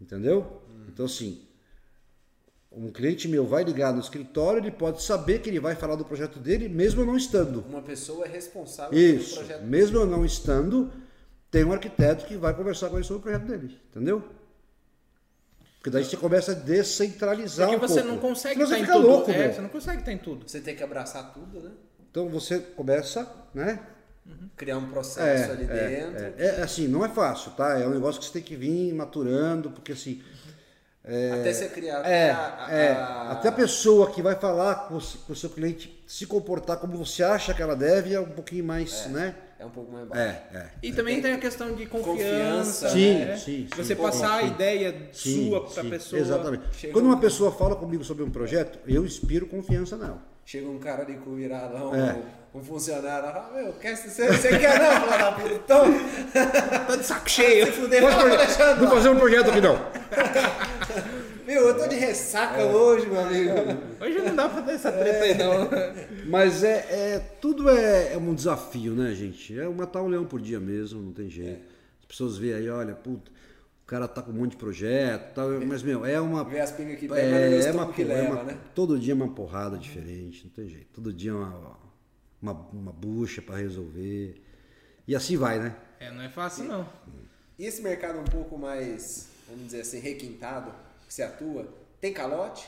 Entendeu? Então, assim, Um cliente meu vai ligar no escritório, ele pode saber que ele vai falar do projeto dele, mesmo eu não estando.
Uma pessoa é responsável
um
Isso.
pelo projeto.
Mesmo eu não estando, tem um arquiteto que vai conversar com ele sobre o projeto dele, entendeu? Porque daí você começa a descentralizar
Porque
um
É você
pouco.
não consegue
Senão
estar
você
em
fica
tudo.
louco,
é,
velho.
você não consegue estar em tudo.
Você tem que abraçar tudo, né?
Então você começa, né?
Criar um processo ali dentro.
É, é, assim, não é fácil, tá? É um negócio que você tem que vir maturando, porque assim.
Até você criar
É,
a, a-
é,
a-
até a pessoa que vai falar com o, se- com o seu cliente se comportar como você acha que ela deve é um pouquinho mais, né?
É um pouco mais
É,
baixo.
é.
E também tem a questão de
Confiança,
confiança.
Sim,
né?
sim, sim.
Você passar a
Sim.
ideia
Sim,
sua pra
sim,
pessoa.
Exatamente.
Chega
Quando uma
um-
pessoa fala comigo sobre um projeto, eu inspiro confiança nela.
Chega um cara de cu virado lá, um,
É.
um funcionário lá, ah, meu, quer, você, você quer não, filha da puta?
(laughs)
Então,
Tá de saco cheio.
Posso proje- Vou fazer um projeto aqui
(laughs)
não.
meu, eu tô de ressaca
É.
hoje, meu amigo.
Hoje não dá pra ter essa treta aí, não.
Mas é, é- tudo é, é um desafio, né, gente? É matar um leão por dia mesmo, não tem jeito.
É.
As pessoas veem aí, olha, puta, o cara tá com um monte de projeto, tal, mas meu, é uma
Vê as pingas que
é,
pega, mas não
é
estômago
uma
que
por- é
leva,
uma-
né?
Todo dia é uma porrada diferente, não tem jeito. Todo dia é uma, uma, uma bucha pra resolver. E assim vai, né?
É, não é fácil, não.
E esse mercado um pouco mais, vamos dizer assim, requintado, que você atua, tem calote?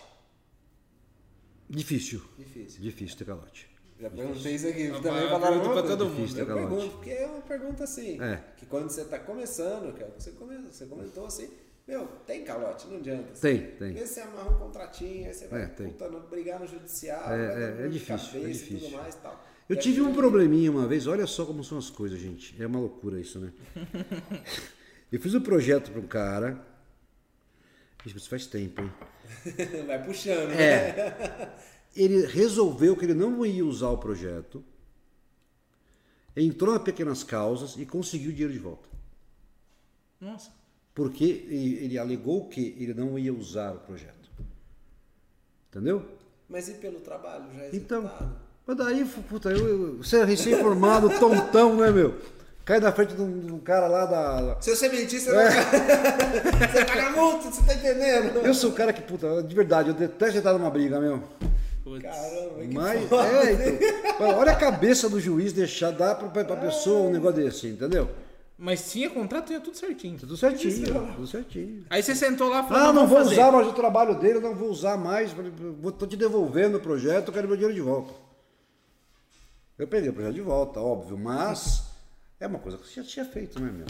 Difícil.
Difícil.
Difícil ter calote.
Já perguntei isso
É
aqui,
Uma
também
pergunta
falaram a mesma
pra
coisa.
todo mundo. Difícil
ter
Eu
né, calote.
pergunto, porque é uma pergunta assim,
É.
que quando você tá começando, que é o que você, come- você comentou assim, meu, tem calote, não adianta.
Tem, tem.
Às vezes você amarra um contratinho, aí você vai
É, tem.
puta, no- brigar no judiciário,
É,
vai dar
é,
dor
é
de
difícil,
cabeça
é
e
difícil.
Tudo mais, e tal.
Eu
E
tive
aí,
um probleminha uma vez, olha só como são as coisas, gente. É uma loucura isso, né? Eu fiz um projeto para um cara. Ixi, Isso faz tempo, hein?
(laughs) vai puxando,
É.
né?
Ele resolveu que ele não ia usar o projeto, entrou na pequenas causas e conseguiu o dinheiro de volta.
Nossa.
Porque ele, ele alegou que ele não ia usar o projeto. Entendeu?
(laughs) Mas e pelo trabalho já é
Então,
executado?
mas daí, fu- puta, eu, eu, você é recém-formado, (laughs) tontão, né, meu? Cai na frente de um, de um cara lá da.
Se você mentir, você, não... (laughs) você paga multa, você tá entendendo?
É. Eu sou o cara que, puta, de verdade, eu detesto entrar numa briga, meu.
Putz.
Caramba, que
Mas,
foda.
é, então, mas olha a cabeça do juiz deixar, dar pra, pra pra pessoa um negócio desse, entendeu?
Mas tinha contrato, tinha tudo certinho.
Tudo certinho, tudo certinho.
Aí você sentou lá e falou,
Ah, não vou
fazer.
usar mais o trabalho dele, não vou usar mais, falei, vou, tô te devolvendo o projeto, eu quero meu dinheiro de volta. Eu peguei o projeto de volta, óbvio, mas é uma coisa que você já tinha feito, né, meu?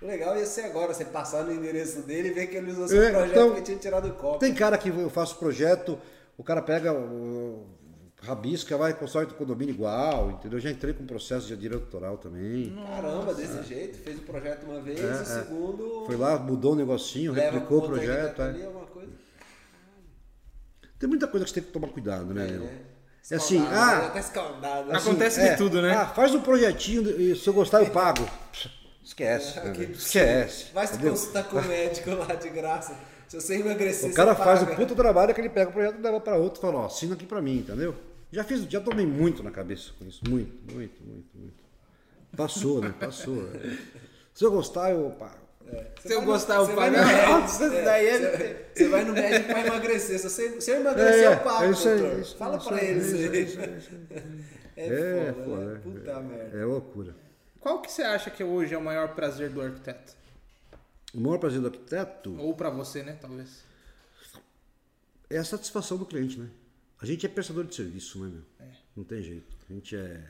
O legal ia ser agora, você passar no endereço dele e ver que ele usou seu
É,
projeto
então-
que tinha tirado o copo.
Tem cara que eu faço projeto, o cara pega, o- rabisca, vai, constrói o condomínio igual, entendeu? Já entrei com um processo de diretoral também.
Caramba, desse jeito, fez o projeto uma vez, o segundo
É, Foi lá, mudou o negocinho,
leva
replicou o
pro outro
projeto.
arquiteto
é.
tá ali, alguma coisa.
Tem muita coisa que você tem que tomar cuidado, né, meu?
Escaldado,
É assim,
né?
ah,
Até escaldado.
assim,
Acontece de tudo, né?
Ah, faz um projetinho, e se eu gostar eu pago. (laughs) Esquece,
Ah,
né,
que
meu? esquece.
Vai se
entendeu?
consultar com o médico lá de graça. Se você emagrecer,
O cara
você
faz o
paga.
puto trabalho que ele pega o projeto e leva pra outro e fala, ó, assina aqui pra mim, entendeu? Já fiz, já tomei muito na cabeça com isso. Muito, muito, muito, muito. Passou, né? Passou. né? Se eu gostar, eu pago.
Se eu
vai no-
gostar, eu
você vai
pago.
no médico,
Nossa,
é,
daí é-
você- Você vai no médico pra emagrecer. Se, você, se eu emagrecer, eu pago, é doutor. Fala
É, isso
pra
aí, é
eles
isso aí,
aí.
isso aí, isso aí.
É,
É,
foda,
foda,
né? Puta merda.
É loucura.
Qual que você acha que hoje é o maior prazer do arquiteto?
O maior prazer do arquiteto
Ou pra você, né,
(laughs)
talvez.
é a satisfação do cliente, né? A gente é prestador de serviço, né, meu?
É.
Não tem jeito. A gente é.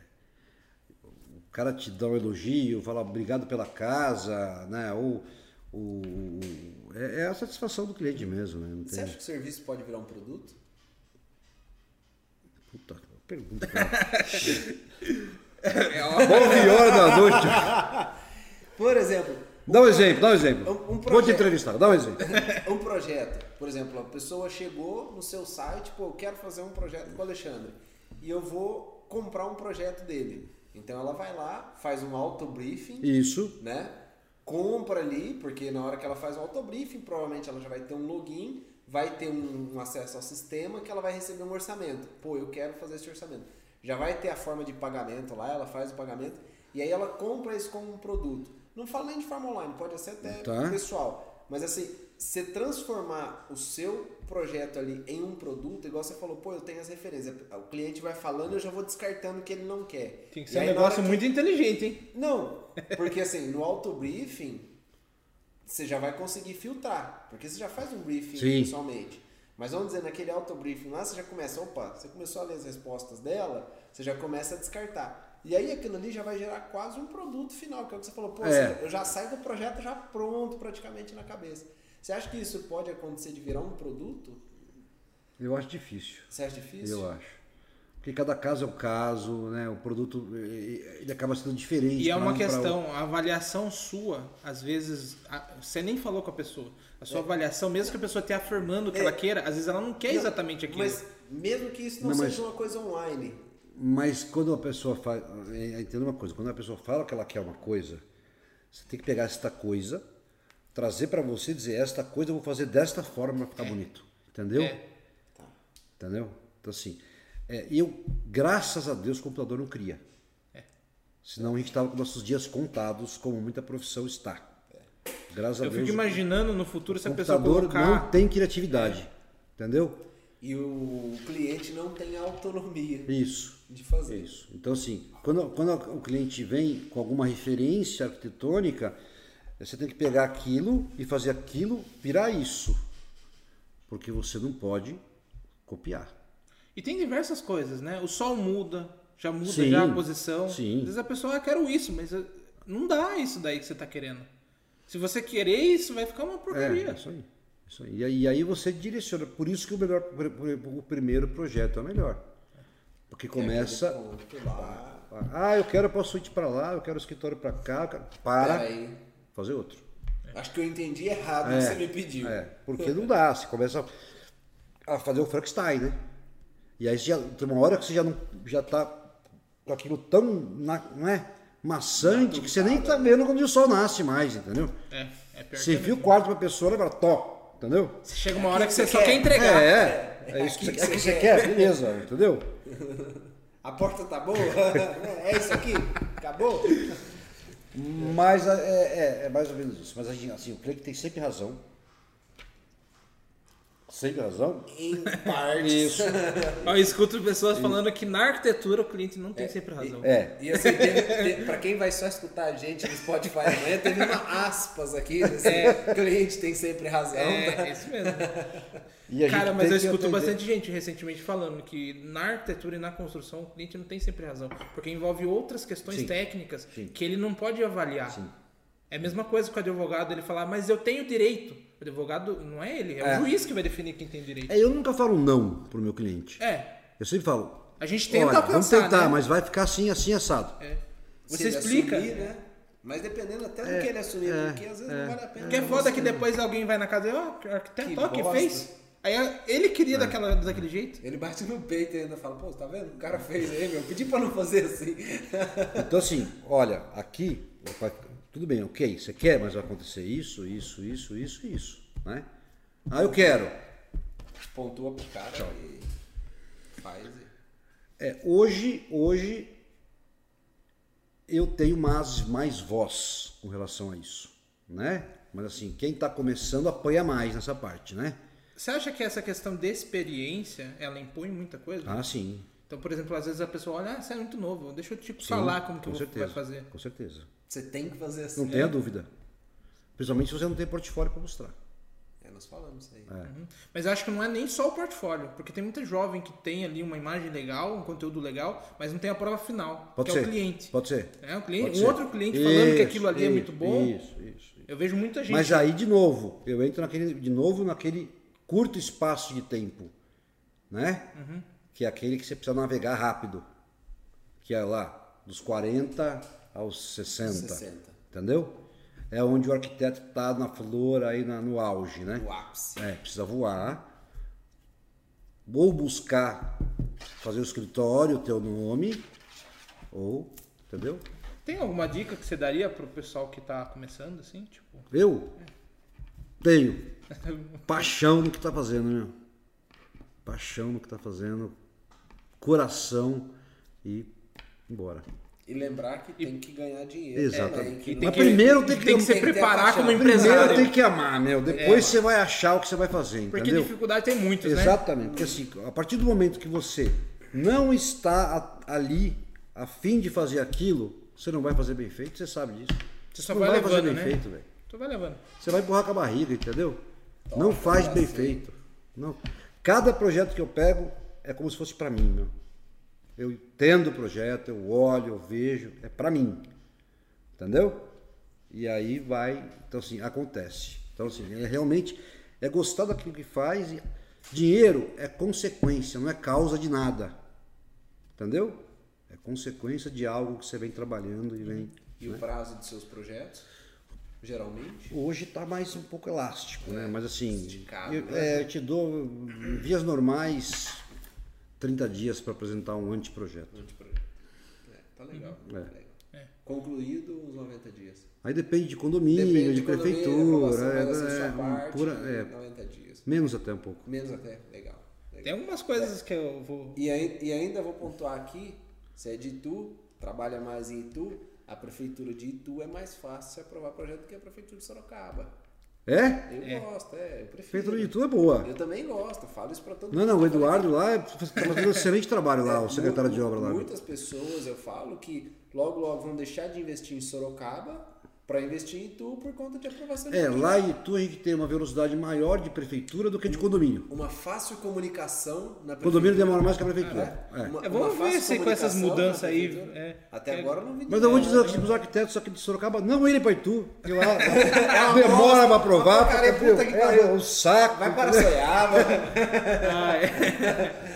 O cara te dá um elogio, fala obrigado pela casa, né? Ou. o- o- É é a satisfação do cliente mesmo, né? Não
Você
tem.
acha que o serviço pode virar um produto?
Puta, pergunta. cara.
É, ó,
Nove horas da noite.
Por exemplo,
Dá um exemplo, dá um exemplo.
Um- um
Vou te
projeto.
entrevistar, dá um exemplo.
(laughs) um projeto. Por exemplo, a pessoa chegou no seu site, pô, eu quero fazer um projeto com o Alexandre. E eu vou comprar um projeto dele. Então ela vai lá, faz um auto-briefing,
Isso.
né? Compra ali, porque na hora que ela faz o auto-briefing, provavelmente ela já vai ter um login, vai ter um, um acesso ao sistema que ela vai receber um orçamento. Pô, eu quero fazer esse orçamento. Já vai ter a forma de pagamento lá, ela faz o pagamento e aí ela compra isso como um produto. Não falo nem de forma online, pode ser até
Tá.
pessoal, mas assim, você transformar o seu projeto ali em um produto, igual você falou, pô, eu tenho as referências. O cliente vai falando, eu já vou descartando o que ele não quer.
Tem que
E
ser um
aí, na
negócio
hora que-
muito inteligente, hein?
Não, porque assim, no auto-briefing, você já vai conseguir filtrar, porque você já faz um briefing
Sim.
pessoalmente. Mas vamos dizer, naquele auto-briefing lá, você já começa, opa, você começou a ler as respostas dela, você já começa a descartar. E aí aquilo ali já vai gerar quase um produto final, que é o que você falou, pô,
É.
você- eu já saio do projeto já pronto praticamente na cabeça. Você acha que isso pode acontecer de virar um produto?
Eu acho difícil.
Você acha difícil?
Eu acho. Porque cada caso é um caso, né? O produto eh, ele acaba sendo diferente.
E é
pra
uma
um, pra outro.
questão, a avaliação sua, às vezes, a- você nem falou com a pessoa. A
É.
sua avaliação, mesmo que a pessoa esteja afirmando o que
É.
ela queira, às vezes ela não quer
Não,
é exatamente aquilo.
Mas mesmo que isso não,
Não, mas-
seja uma coisa online.
Mas quando a pessoa faz. Entenda uma coisa, quando a pessoa fala que ela quer uma coisa, você tem que pegar esta coisa, trazer pra você e dizer, esta coisa eu vou fazer desta forma pra ficar bonito. Entendeu?
É.
Entendeu? Então assim, é, eu, graças a Deus, o computador não cria.
É.
Senão a gente estava com nossos dias contados, como muita profissão está. Graças
Eu
a Deus.
fico imaginando no futuro se
o
a pessoa
computador
colocar.
não tem criatividade. Entendeu?
E o cliente não tem autonomia
Isso.
de fazer.
Isso. Então, assim, quando, quando o cliente vem com alguma referência arquitetônica, você tem que pegar aquilo e fazer aquilo virar isso. Porque você não pode copiar.
E tem diversas coisas, né? O sol muda, já muda
Sim,
já a posição.
sim.
Às vezes a pessoa, ah, quero isso, mas eh, não dá isso daí que você tá querendo. Se você querer isso, vai ficar uma porcaria.
É, isso aí. Isso aí. E, aí, e aí você direciona. Por isso que o, melhor, o primeiro projeto é o melhor. Porque começa.
Ponto lá.
Ah, eu quero a suíte para lá, eu quero o escritório para cá, eu quero- para
Peraí.
fazer outro.
Acho que eu entendi errado o que você me pediu.
É, porque não dá, você começa a fazer o Frankenstein, né? E aí você já, tem uma hora que você já não já tá com aquilo tão na, não é, maçante que você nem tá vendo quando o sol nasce mais, entendeu?
É, é pior
Você
que
viu o quarto pra pessoa, ela fala, top, entendeu?
Você chega uma hora que você
você
só
quer.
quer entregar.
É, é, é isso que você, é que você quer, beleza, entendeu?
A porta tá boa? (laughs) é isso aqui? Acabou?
Mas é, é- é mais ou menos isso. Mas a gente, assim, o cliente tem sempre razão. Sempre razão.
Em partes. Isso.
Eu escuto pessoas falando que na arquitetura o cliente não tem sempre razão.
É.
E assim, teve, teve- pra quem vai só escutar a gente no Spotify amanhã, teve uma aspas aqui. Assim, cliente tem sempre razão. tá?
É, isso mesmo.
Então (laughs) E a gente
Cara, mas
tem
eu
que
escuto
atender.
bastante gente recentemente falando que na arquitetura e na construção o cliente não tem sempre razão, porque envolve outras questões
Sim.
técnicas
Sim.
que ele não pode avaliar.
Sim.
É a mesma coisa com o advogado, ele falar, mas eu tenho direito. O advogado não é ele, é,
É.
o juiz que vai definir quem tem direito.
É, eu nunca falo não pro meu cliente.
É,
Eu sempre falo.
a gente tenta
olha, vamos
alcançar,
tentar,
né?
mas vai ficar assim, assim, assado.
É.
Se
Você
ele
explica.
assumir, né? Mas dependendo até do que ele assumir, porque às vezes não vale a pena.
Porque é foda que depois alguém vai na casa e, ó, o arquiteto,
Que
ó, que
bosta.
fez. Aí é, ele
É.
queria daquela, daquele jeito.
Ele bate no peito e ainda fala, pô, tá vendo? O cara fez aí, meu. Pedi pra não fazer assim.
Então, assim, olha, aqui, opa, tudo bem, ok, você quer, mas vai acontecer isso, isso, isso, isso, isso, né? Ah, eu quero.
Pontua pro cara e faz. e-
É, hoje, hoje eu tenho mais, mais voz com relação a isso, né? Mas assim, quem está começando apanha mais nessa parte, né?
Você acha que essa questão de experiência, ela impõe muita coisa?
Ah, sim.
Então, por exemplo, às vezes a pessoa olha, ah, você é muito novo, deixa eu te
sim,
falar como que
com
eu vou-
certeza,
vai fazer.
Com certeza.
Você tem que fazer assim.
Não tenha dúvida. Principalmente se você não tem portfólio para mostrar.
É, nós falamos isso aí.
Uhum. Mas eu acho que não é nem só o portfólio, porque tem muita jovem que tem ali uma imagem legal, um conteúdo legal, mas não tem a prova final,
Pode
que
ser.
é o cliente.
Pode ser.
É, um,
Pode
cliente, um
ser.
outro cliente falando que
Isso,
aquilo ali é
isso,
muito bom.
Isso, isso.
Eu vejo muita gente.
Mas aí, de novo, eu entro naquele, de novo naquele curto espaço de tempo, né?
Uhum.
Que é aquele que você precisa navegar rápido. Que é lá, dos 40 aos 60.
60.
Entendeu? É onde o arquiteto está na flor, aí na- no auge, né?
O ápice.
É, precisa voar. Ou buscar fazer o escritório, o teu nome, ou, entendeu?
Tem alguma dica que você daria pro pessoal que tá começando, assim? Tipo,
Eu tenho paixão no que tá fazendo, meu. Paixão no que tá fazendo, coração e embora.
E lembrar que tem que ganhar dinheiro.
Exatamente.
também, que
E
não
tem
Mas
que-
primeiro tem
e
que,
tem que se
tem que ter
preparar
paixão.
como
primeiro
empresário. É.
tem que amar, meu. Depois você vai achar o que você vai fazer,
Porque
entendeu?
dificuldade tem muitas, né?
Exatamente, porque assim, a partir do momento que você não está a- ali a fim de fazer aquilo, você não vai fazer bem feito, você sabe disso.
Você só
não
vai
vai fazer
levando,
bem
né?
feito, velho.
Tu vai levando.
Você vai empurrar com a barriga, entendeu? não faz bem feito. Não. Cada projeto que eu pego é como se fosse pra mim, meu. Eu entendo o projeto, eu olho, eu vejo, é pra mim. Entendeu? E aí vai, então assim, acontece. Então assim, é realmente é gostar daquilo que faz. e dinheiro é consequência, não é causa de nada. Entendeu? É consequência de algo que você vem trabalhando e vem
E o prazo dos seus projetos, geralmente.
Hoje tá mais um pouco elástico, né? Mas assim,
Esticado,
eu,
né?
é, eu te dou em vias normais 30 dias para apresentar um anteprojeto.
durante o projeto. É, tá legal.
É.
legal. Concluído os 90 dias.
Aí depende de condomínio,
Depende
de,
condomínio,
prefeitura,
aprovação, mas, assim,
é,
sua parte,
pura- é,
90 dias.
menos até um pouco.
Menos até, legal. legal.
Tem algumas coisas que eu
(laughs)
vou.
E, ai- e ainda vou pontuar aqui, se é de Itu, trabalha mais em Itu, a prefeitura de Itu é mais fácil se aprovar projeto do que a prefeitura de Sorocaba.
É?
Eu gosto, é, eu prefiro.
Prefeitura de Tu é boa.
Eu também gosto, falo isso pra todo
Não,
mundo. É,
não, o Eduardo lá é- faz- tá fazendo um excelente trabalho lá, o secretário de obra lá.
Muitas pessoas eu falo que logo logo vão deixar de investir em Sorocaba pra investir em Itu por conta de aprovação de
É,
projeto.
lá em Itu a gente tem uma velocidade maior de prefeitura do que de condomínio.
Uma fácil comunicação na prefeitura.
Condomínio demora mais que a prefeitura.
É,
É.
uma-
É, vamos
uma
ver
fácil
se com essas
comunicação
mudanças
na
aí,
prefeitura.
é.
Até
É.
agora eu não vi
Mas eu vou dizer
nenhuma.
que os arquitetos aqui de Sorocaba não irem para Itu, porque lá (laughs) demora para aprovar,
Cara, é
porque
puta que
é,
pariu.
é um saco.
Vai para
entendeu? (laughs)
Soiaba.
Ah, é.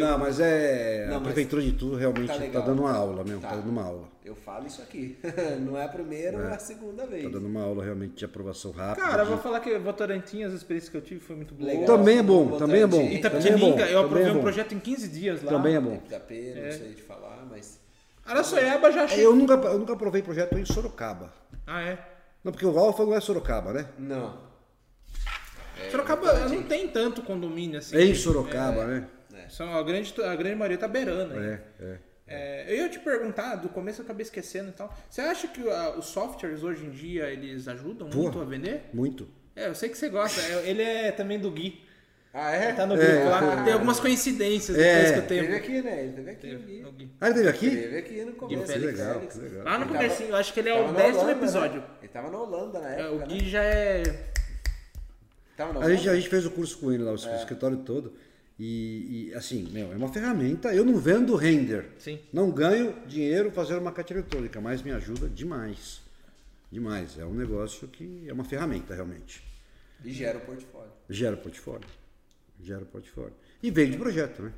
Não, mas é.
Não,
a
mas-
prefeitura de Itu realmente
Tá
está
legal.
dando uma aula mesmo,
Tá.
está dando uma aula.
Eu falo isso aqui. (laughs) Não é a primeira, não é a segunda vez.
Está Tá dando uma aula realmente de aprovação rápida.
Cara, eu
de-
vou falar que Votorantim, as experiências que eu tive foi muito boa.
Legal.
Também é bom,
Vou
também é bom.
atrás de-
também é bom,
Itapetininga, eu
também
aprovei
é
um
bom.
projeto em 15 dias lá.
Também é bom.
Itapê, não sei de falar, mas.
Araçoiaba já
É.
achei.
Eu nunca, eu nunca aprovei projeto em Sorocaba.
Ah, é.
Não, porque o Alfa não é Sorocaba, né?
Não.
Sorocaba não tem tanto condomínio assim.
É em Sorocaba, né?
São, a, grande, a grande maioria tá beirando. aí.
É, é.
É, eu ia te perguntar, do começo eu acabei esquecendo e tal. Você acha que ah, os softwares hoje em dia eles ajudam
Pô.
muito a vender?
Muito.
É, eu sei que você gosta. É, Ele é também do Gui.
Ah, é?
Tá no
É,
grupo
eu
lá.
tô-
Tem algumas coincidências
É.
depois que eu
Teve
tenho.
aqui, né? Ele teve aqui. Teve,
O Gui.
Ah, ele teve aqui?
teve aqui no começo.
E o Félix.
Félix.
Legal, que legal.
Lá no
Ele
comecinho, eu acho que ele é
tava
o
na
décimo
Holanda, né?
episódio.
Ele tava na Holanda na
É,
época.
o
né?
Gui já é.
Tava na
A gente,
Holanda.
a gente fez o curso com ele lá, o escritório todo. E, e, assim, meu, é uma ferramenta. Eu não vendo render.
Sim.
Não ganho dinheiro fazendo uma caixa eletrônica, mas me ajuda demais. Demais. É um negócio que é uma ferramenta realmente.
E gera o portfólio.
Gera portfólio. Gera portfólio. E vende projeto, né?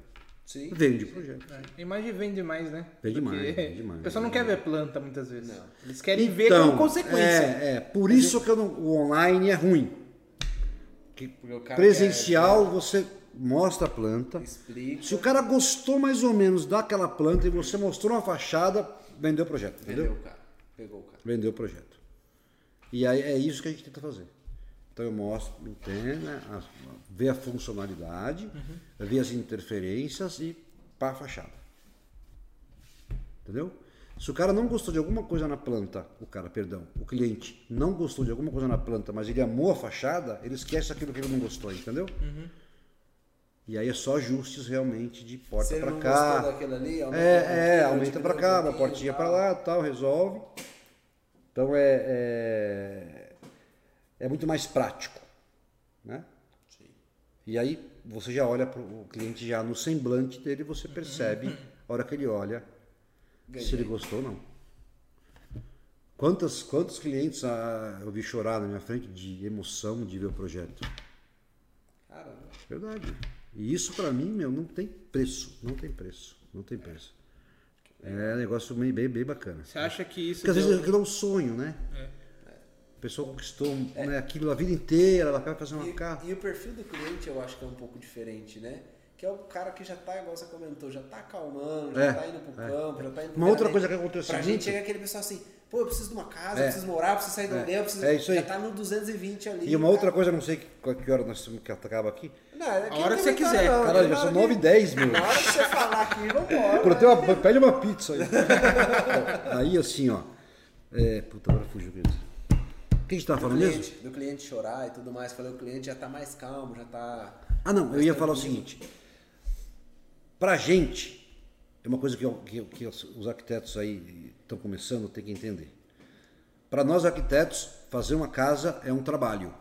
Sim.
Vende projeto.
é, Imagem vende mais, né?
Vende
Porque
mais, vende
(laughs)
mais. né? Então,
O pessoal não quer ver planta muitas vezes.
Não.
Eles querem ver com consequência.
É, é. por isso que eu não- o online é ruim.
Porque
Ah,
o cara
é,
Presencial, você mostra a planta.
quer- Explica.
Se o cara gostou mais ou menos daquela planta e você mostrou uma fachada, vendeu o projeto, entendeu?
Vendeu o cara. Pegou o cara.
Vendeu o projeto. E aí é isso que a gente tenta fazer. Então eu mostro, entendo, né, a- vê a funcionalidade, vê as interferências e pá a fachada. Entendeu? Se o cara não gostou de alguma coisa na planta, o cara, perdão, o cliente não gostou de alguma coisa na planta, mas ele amou a fachada, ele esquece aquilo que ele não gostou, entendeu? E aí é só ajustes realmente de porta
Se
para
não
cá.
gostou daquela ali, aumenta um pouquinho,
É, é, aumenta
diminui
pra
um
cá, uma
pouquinho,
portinha
tal.
pra lá, tal, resolve. Então é, é, é muito mais prático, né?
Sim.
E aí você já olha pro o cliente já no semblante dele, você percebe a hora que ele olha se ele
Ganhei.
gostou ou não. Quantos, quantos clientes ah, eu vi chorar na minha frente de emoção de ver o projeto?
Caramba.
Verdade. E isso pra mim, meu, não tem preço. Não tem preço. Não tem preço. É um negócio bem, bem, bem bacana.
Você acha que isso.
Porque às
deu- É.
vezes aquilo é um sonho, né? A pessoa conquistou né, aquilo a vida inteira, ela quer fazer uma casa.
E, e o perfil do cliente eu acho que é um pouco diferente, né? Que é o cara que já tá, igual você comentou, já tá acalmando, já
É,
tá indo pro campo, já tá indo pro
Uma outra
gabinete.
coisa que aconteceu
Pra gente
muito-
chega aquele pessoal assim, Pô, eu preciso de uma casa, eu
É.
preciso morar, eu preciso sair do
É.
hotel, eu preciso.
É isso aí.
Já tá no 220 ali.
E uma
cara.
outra coisa, não sei que, qual que hora nós temos que acaba aqui.
Não, aqui
A
não
hora
tem
que você
muita hora,
quiser.
não.
Caralho,
Tem
já são
hora
9 e
que-
10, meu.
Na hora que você falar aqui, vambora.
Cortei uma, pede uma pizza aí. Bom, aí assim, ó. É, puta, agora fugiu. querido. O que a gente tava
do
falando mesmo?
cliente, do cliente chorar e tudo mais. Falei, o cliente já tá mais calmo, já tá.
Ah, não, eu ia falar o seguinte. Pra gente, é uma coisa que, eu- que eu- que os os arquitetos aí estão começando a ter que entender. Para nós arquitetos, fazer uma casa é um trabalho.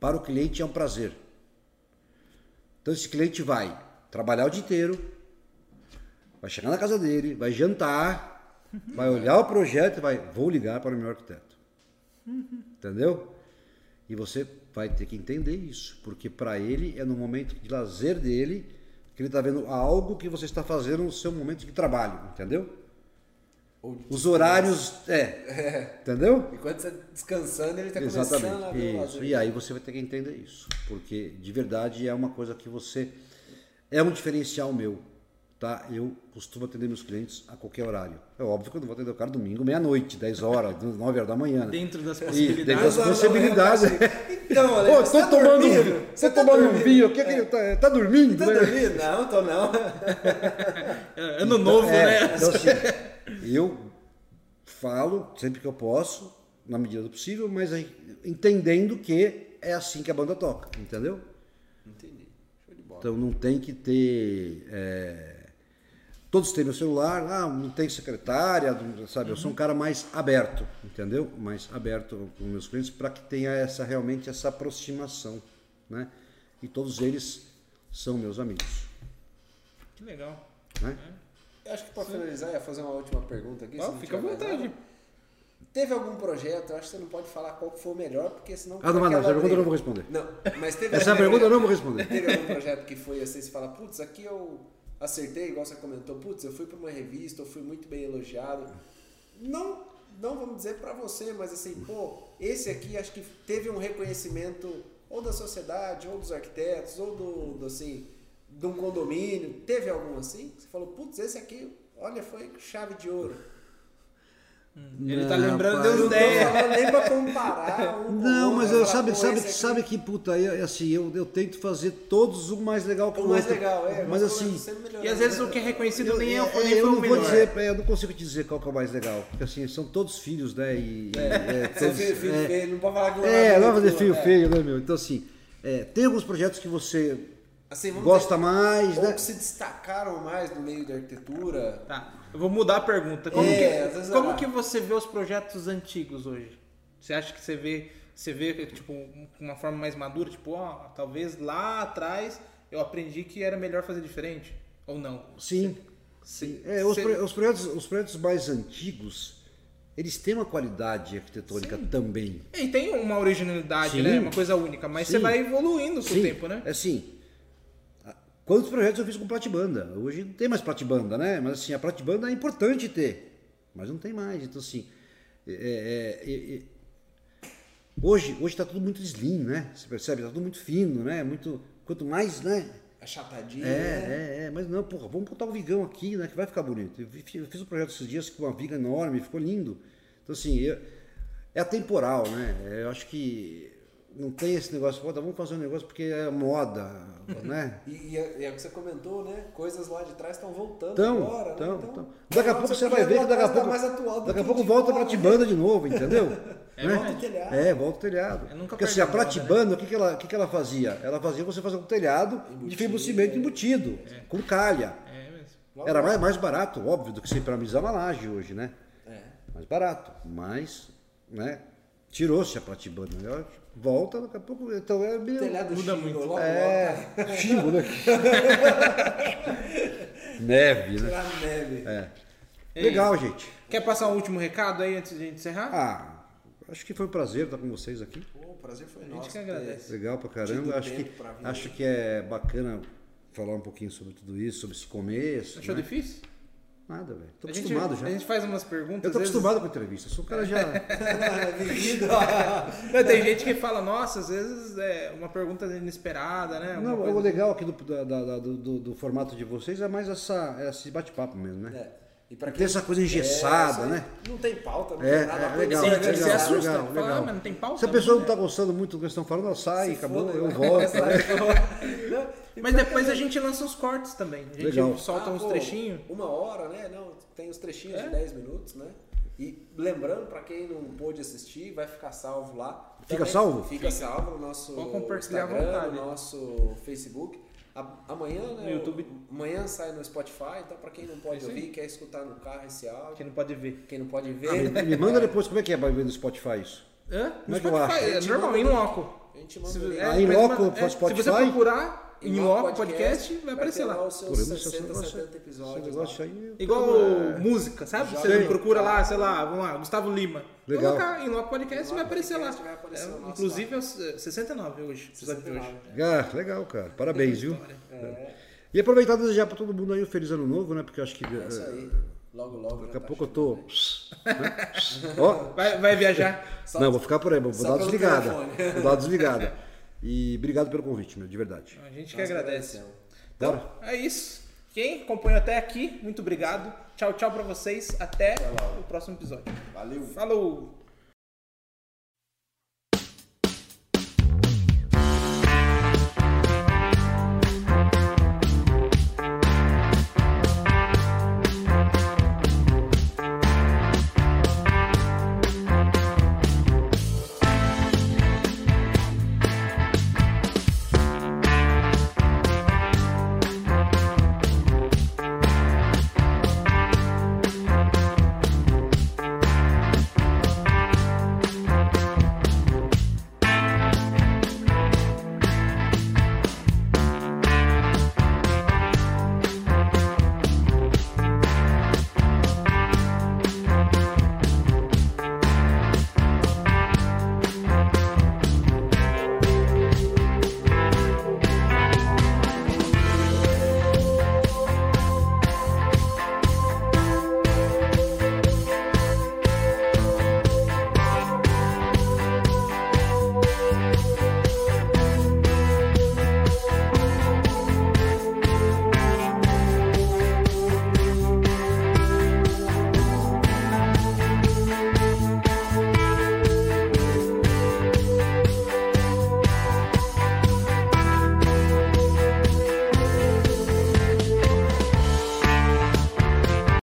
Para o cliente é um prazer. Então esse cliente vai trabalhar o dia inteiro, vai chegar na casa dele, vai jantar, vai olhar o projeto e vai, vou ligar para o meu arquiteto. Entendeu? E você vai ter que entender isso, porque para ele é no momento de lazer dele que ele está vendo algo que você está fazendo no seu momento de trabalho, entendeu?
Ou de-
Os horários, é, entendeu?
Enquanto você tá descansando, ele tá começando a
Exatamente.
ver o
Isso.
lazer.
E aí você vai ter que entender isso, porque de verdade é uma coisa que você é um diferencial meu, tá? Eu costumo atender meus clientes a qualquer horário. É óbvio que eu não vou atender o cara domingo, meia-noite, 10 horas, 9 horas da manhã. né?
Dentro das
E dentro das
possibilidades.
possibilidades.
Então, Ale,
Ô,
você
tô
tá
tomando um
dormindo?
vinho.
Você
Tô
tá
tomando um
dormindo?
vinho. O que é que ele tá, tá dormindo?
Tá
né?
dormindo? Não, tô não.
É, Ano novo,
É,
né?
então, assim, eu falo sempre que eu posso, na medida do possível, mas aí, entendendo que é assim que a banda toca, entendeu?
Entendi. Show de bola.
Então não tem que ter. é, todos têm meu celular, ah, não tem secretária, não- sabe? Eu
Uhum.
sou um cara mais aberto, entendeu? Mais aberto com meus clientes para que tenha essa realmente essa aproximação, né? E todos eles são meus amigos,
Que legal.
né?
Eu acho que pra finalizar, eu ia fazer uma última pergunta aqui.
Ó,
se não
fica à
tiver mais
vontade.
nada. Teve algum projeto, eu acho que você não pode falar qual que foi o melhor, porque senão...
Ah, não, mas não, essa
aquela
pergunta eu não vou
briga.
responder.
Não, mas teve...
Essa
algum
pergunta
projeto-
eu não vou responder.
Teve algum projeto que foi assim, você fala, putz, aqui eu acertei, igual você comentou, putz, eu fui pra uma revista, eu fui muito bem elogiado. Não, não vamos dizer pra você, mas assim, pô, esse aqui acho que teve um reconhecimento ou da sociedade, ou dos arquitetos, ou do, do, assim, de um condomínio. Teve algum assim? Você falou, putz, esse aqui, olha, foi chave de ouro.
Ele tá
Não,
lembrando
rapaz.
de
Não
uns
tô
10.
falando nem pra comparar um com o
É. Não,
outro,
mas eu
falar,
sabe,
pô,
sabe,
esse aqui-
sabe que puta, eu, assim, eu, eu tento fazer todos um mais legal que o
O
outro.
mais legal, é.
Mas
vamos
assim,
sempre melhorar,
E às vezes
né?
o que é reconhecido
eu,
nem, é,
eu-
nem foi
eu
o
não vou
melhor.
dizer, é, eu não consigo te dizer qual que é o mais legal, porque assim, são todos filhos, né? E, é,
Você
todos-
filho, filho
é.
feio, não pode falar que
É,
é
não vai fazer
tudo,
feio,
né?
feio, né, meu? Então, assim, é, tem alguns projetos que você
Assim, vamos
gosta
dizer,
mais,
ou
né?
que se destacaram mais no meio da arquitetura.
Tá, eu vou mudar a pergunta. Como,
É, às vezes
que, como
dá.
que você vê os projetos antigos hoje? Você acha que você vê, você vê tipo, uma forma mais madura? Tipo, ó, talvez lá atrás eu aprendi que era melhor fazer diferente? Ou não?
Sim.
Sim.
É, os, pro- os projetos, os projetos mais antigos, eles têm uma qualidade arquitetônica também.
E tem uma originalidade,
Sim.
né? Uma coisa única, mas você
Sim.
vai evoluindo com o tempo, né?
É assim. a- Quantos projetos eu fiz com platibanda? Hoje não tem mais platibanda, né? Mas assim, a platibanda é importante ter. Mas não tem mais. Então, assim. é- é- é- é- hoje hoje está tudo muito slim, né? Você percebe? Está tudo muito fino, né? Muito, quanto mais, né?
Achatadinho, né?
É, é, é, mas não, porra, vamos botar o vigão aqui, né? Que vai ficar bonito. Eu fi- eu fiz um projeto esses dias com uma viga enorme, ficou lindo. Então, assim, eu- é atemporal, né? Eu acho que não tem esse negócio, pô, tá, vamos fazer um negócio porque é moda,
(laughs)
né?
E, e é, e é o que você comentou, né? Coisas lá de trás estão voltando
Então,
agora.
então,
né? tá
então. Daqui a pouco você vai ver que daqui a pouco,
Mais atual do
daqui a
que
pouco
de
volta
agora,
pra
né?
Tibanda de
(laughs)
novo, entendeu?
É,
Né?
volta o telhado.
É, volta o telhado.
Eu nunca
Porque assim, a
perdi a moda, né?
Pratibanda, o que, que, ela, o que, que ela fazia? Ela fazia você fazer um telhado de
Embutido,
fibro cimento embutido, com calha.
É mesmo.
Logo
Era mais, mais barato, óbvio, do que você piramidizar uma laje hoje, né?
É.
Mais barato, mas, né? Tirou-se a platibana. né? Volta, daqui a pouco. Então é meio.
Telhado
Muda
Chico,
muito.
Logo, logo, tá
(laughs) É.
(laughs)
Chibo, né? Neve, né?
tirar neve.
É.
É
Legal, gente.
Quer passar um último recado aí antes de a gente encerrar?
Ah, acho que foi um prazer estar com vocês aqui.
Pô, o prazer foi
gente
nosso.
que
ter-
agradece.
Legal pra
Tido
caramba. Acho que,
tempo pra vir
acho que é bacana falar um pouquinho sobre tudo isso, sobre esse começo.
Achou
né?
difícil?
Nada, velho. Tô
a, gente,
acostumado já.
a gente faz umas perguntas.
Eu tô
às vezes-
acostumado com entrevista. Sou um cara
(laughs)
já.
é Vivido.
Não, tem gente que fala, nossa, às vezes é uma pergunta inesperada, né? Alguma
Não,
coisa
assim.
é o legal aqui do, da- da- da- do, do- do formato de vocês é mais essa, esse bate-papo mesmo, né?
É. E pra
Tem essa coisa engessada,
É, isso aí
né?
Não tem pauta, não
É,
tem nada.
é
a coisa
legal,
sem
legal,
você se
organizar.
assusta,
(laughs)
legal,
fala,
legal.
"Ah, mas não tem pauta,
Se a pessoa
né?"
não tá gostando muito do que eles estão falando, ela sai,
Se
acabou,
foda,
eu
né?
volto.
Sai,
né?
eu volto. Não, e
Mas
pra
depois
caramba.
a gente lança os cortes também. A gente
Legal.
solta
Ah,
uns
pô,
trechinhos.
Uma hora, né? Não, tem os trechinhos
É.
de 10 minutos, né? E lembrando, pra quem não pôde assistir, vai ficar salvo lá.
Fica salvo?
Fica salvo no nosso
Pode compartilhar à
Instagram,
vontade.
no nosso Facebook. A- Amanhã, né?
No YouTube.
Amanhã sai no Spotify, então pra quem não pode
Isso aí.
ouvir, quer escutar no carro esse áudio,
Quem não pode ver.
quem não pode ver,
Me- Me manda depois como é que é pra ver no Spotify isso.
Hã?
Como é que eu acho?
É normal, em loco.
a gente manda
Se- é,
o link.
Ah, em
mas-
loco,
mas-
pode
Se você
Spotify?
procurar em loco podcast, vai aparecer
ter
lá.
os
Por
seus
isso, esse
60,
negócio-
70
esse
episódios.
negócio
lá.
aí.
Igual
é-
música, sabe?
Já
Você
tem.
procura lá, sei lá, vamos lá, Gustavo Lima.
Legal.
Colocar em loco podcast
Em
vai
Loco
aparecer lá.
Podcast vai aparecer
É,
o nosso
inclusive, é o 69 hoje, episódio de hoje.
69.
Ah, legal, cara. Parabéns, viu?
Olha.
É,
É, E aproveitar e desejar pra todo mundo aí um feliz ano novo, né? Porque eu acho que.
É isso aí. Logo, logo.
Daqui
já
a
tá
pouco eu
chegando,
tô.
né?
né?
(laughs)
Ó,
Vai, vai viajar.
Só-
não, vou ficar por aí, vou
só
dar uma
pelo
desligada.
telefone.
Vou dar uma desligada. E obrigado pelo convite, meu, de
(laughs)
verdade.
A gente que
Nós
agradece.
agradecemos.
Bora?
É isso. Quem acompanhou até aqui, muito obrigado. Tchau, tchau pra vocês. Até o próximo episódio.
Valeu.
Falou!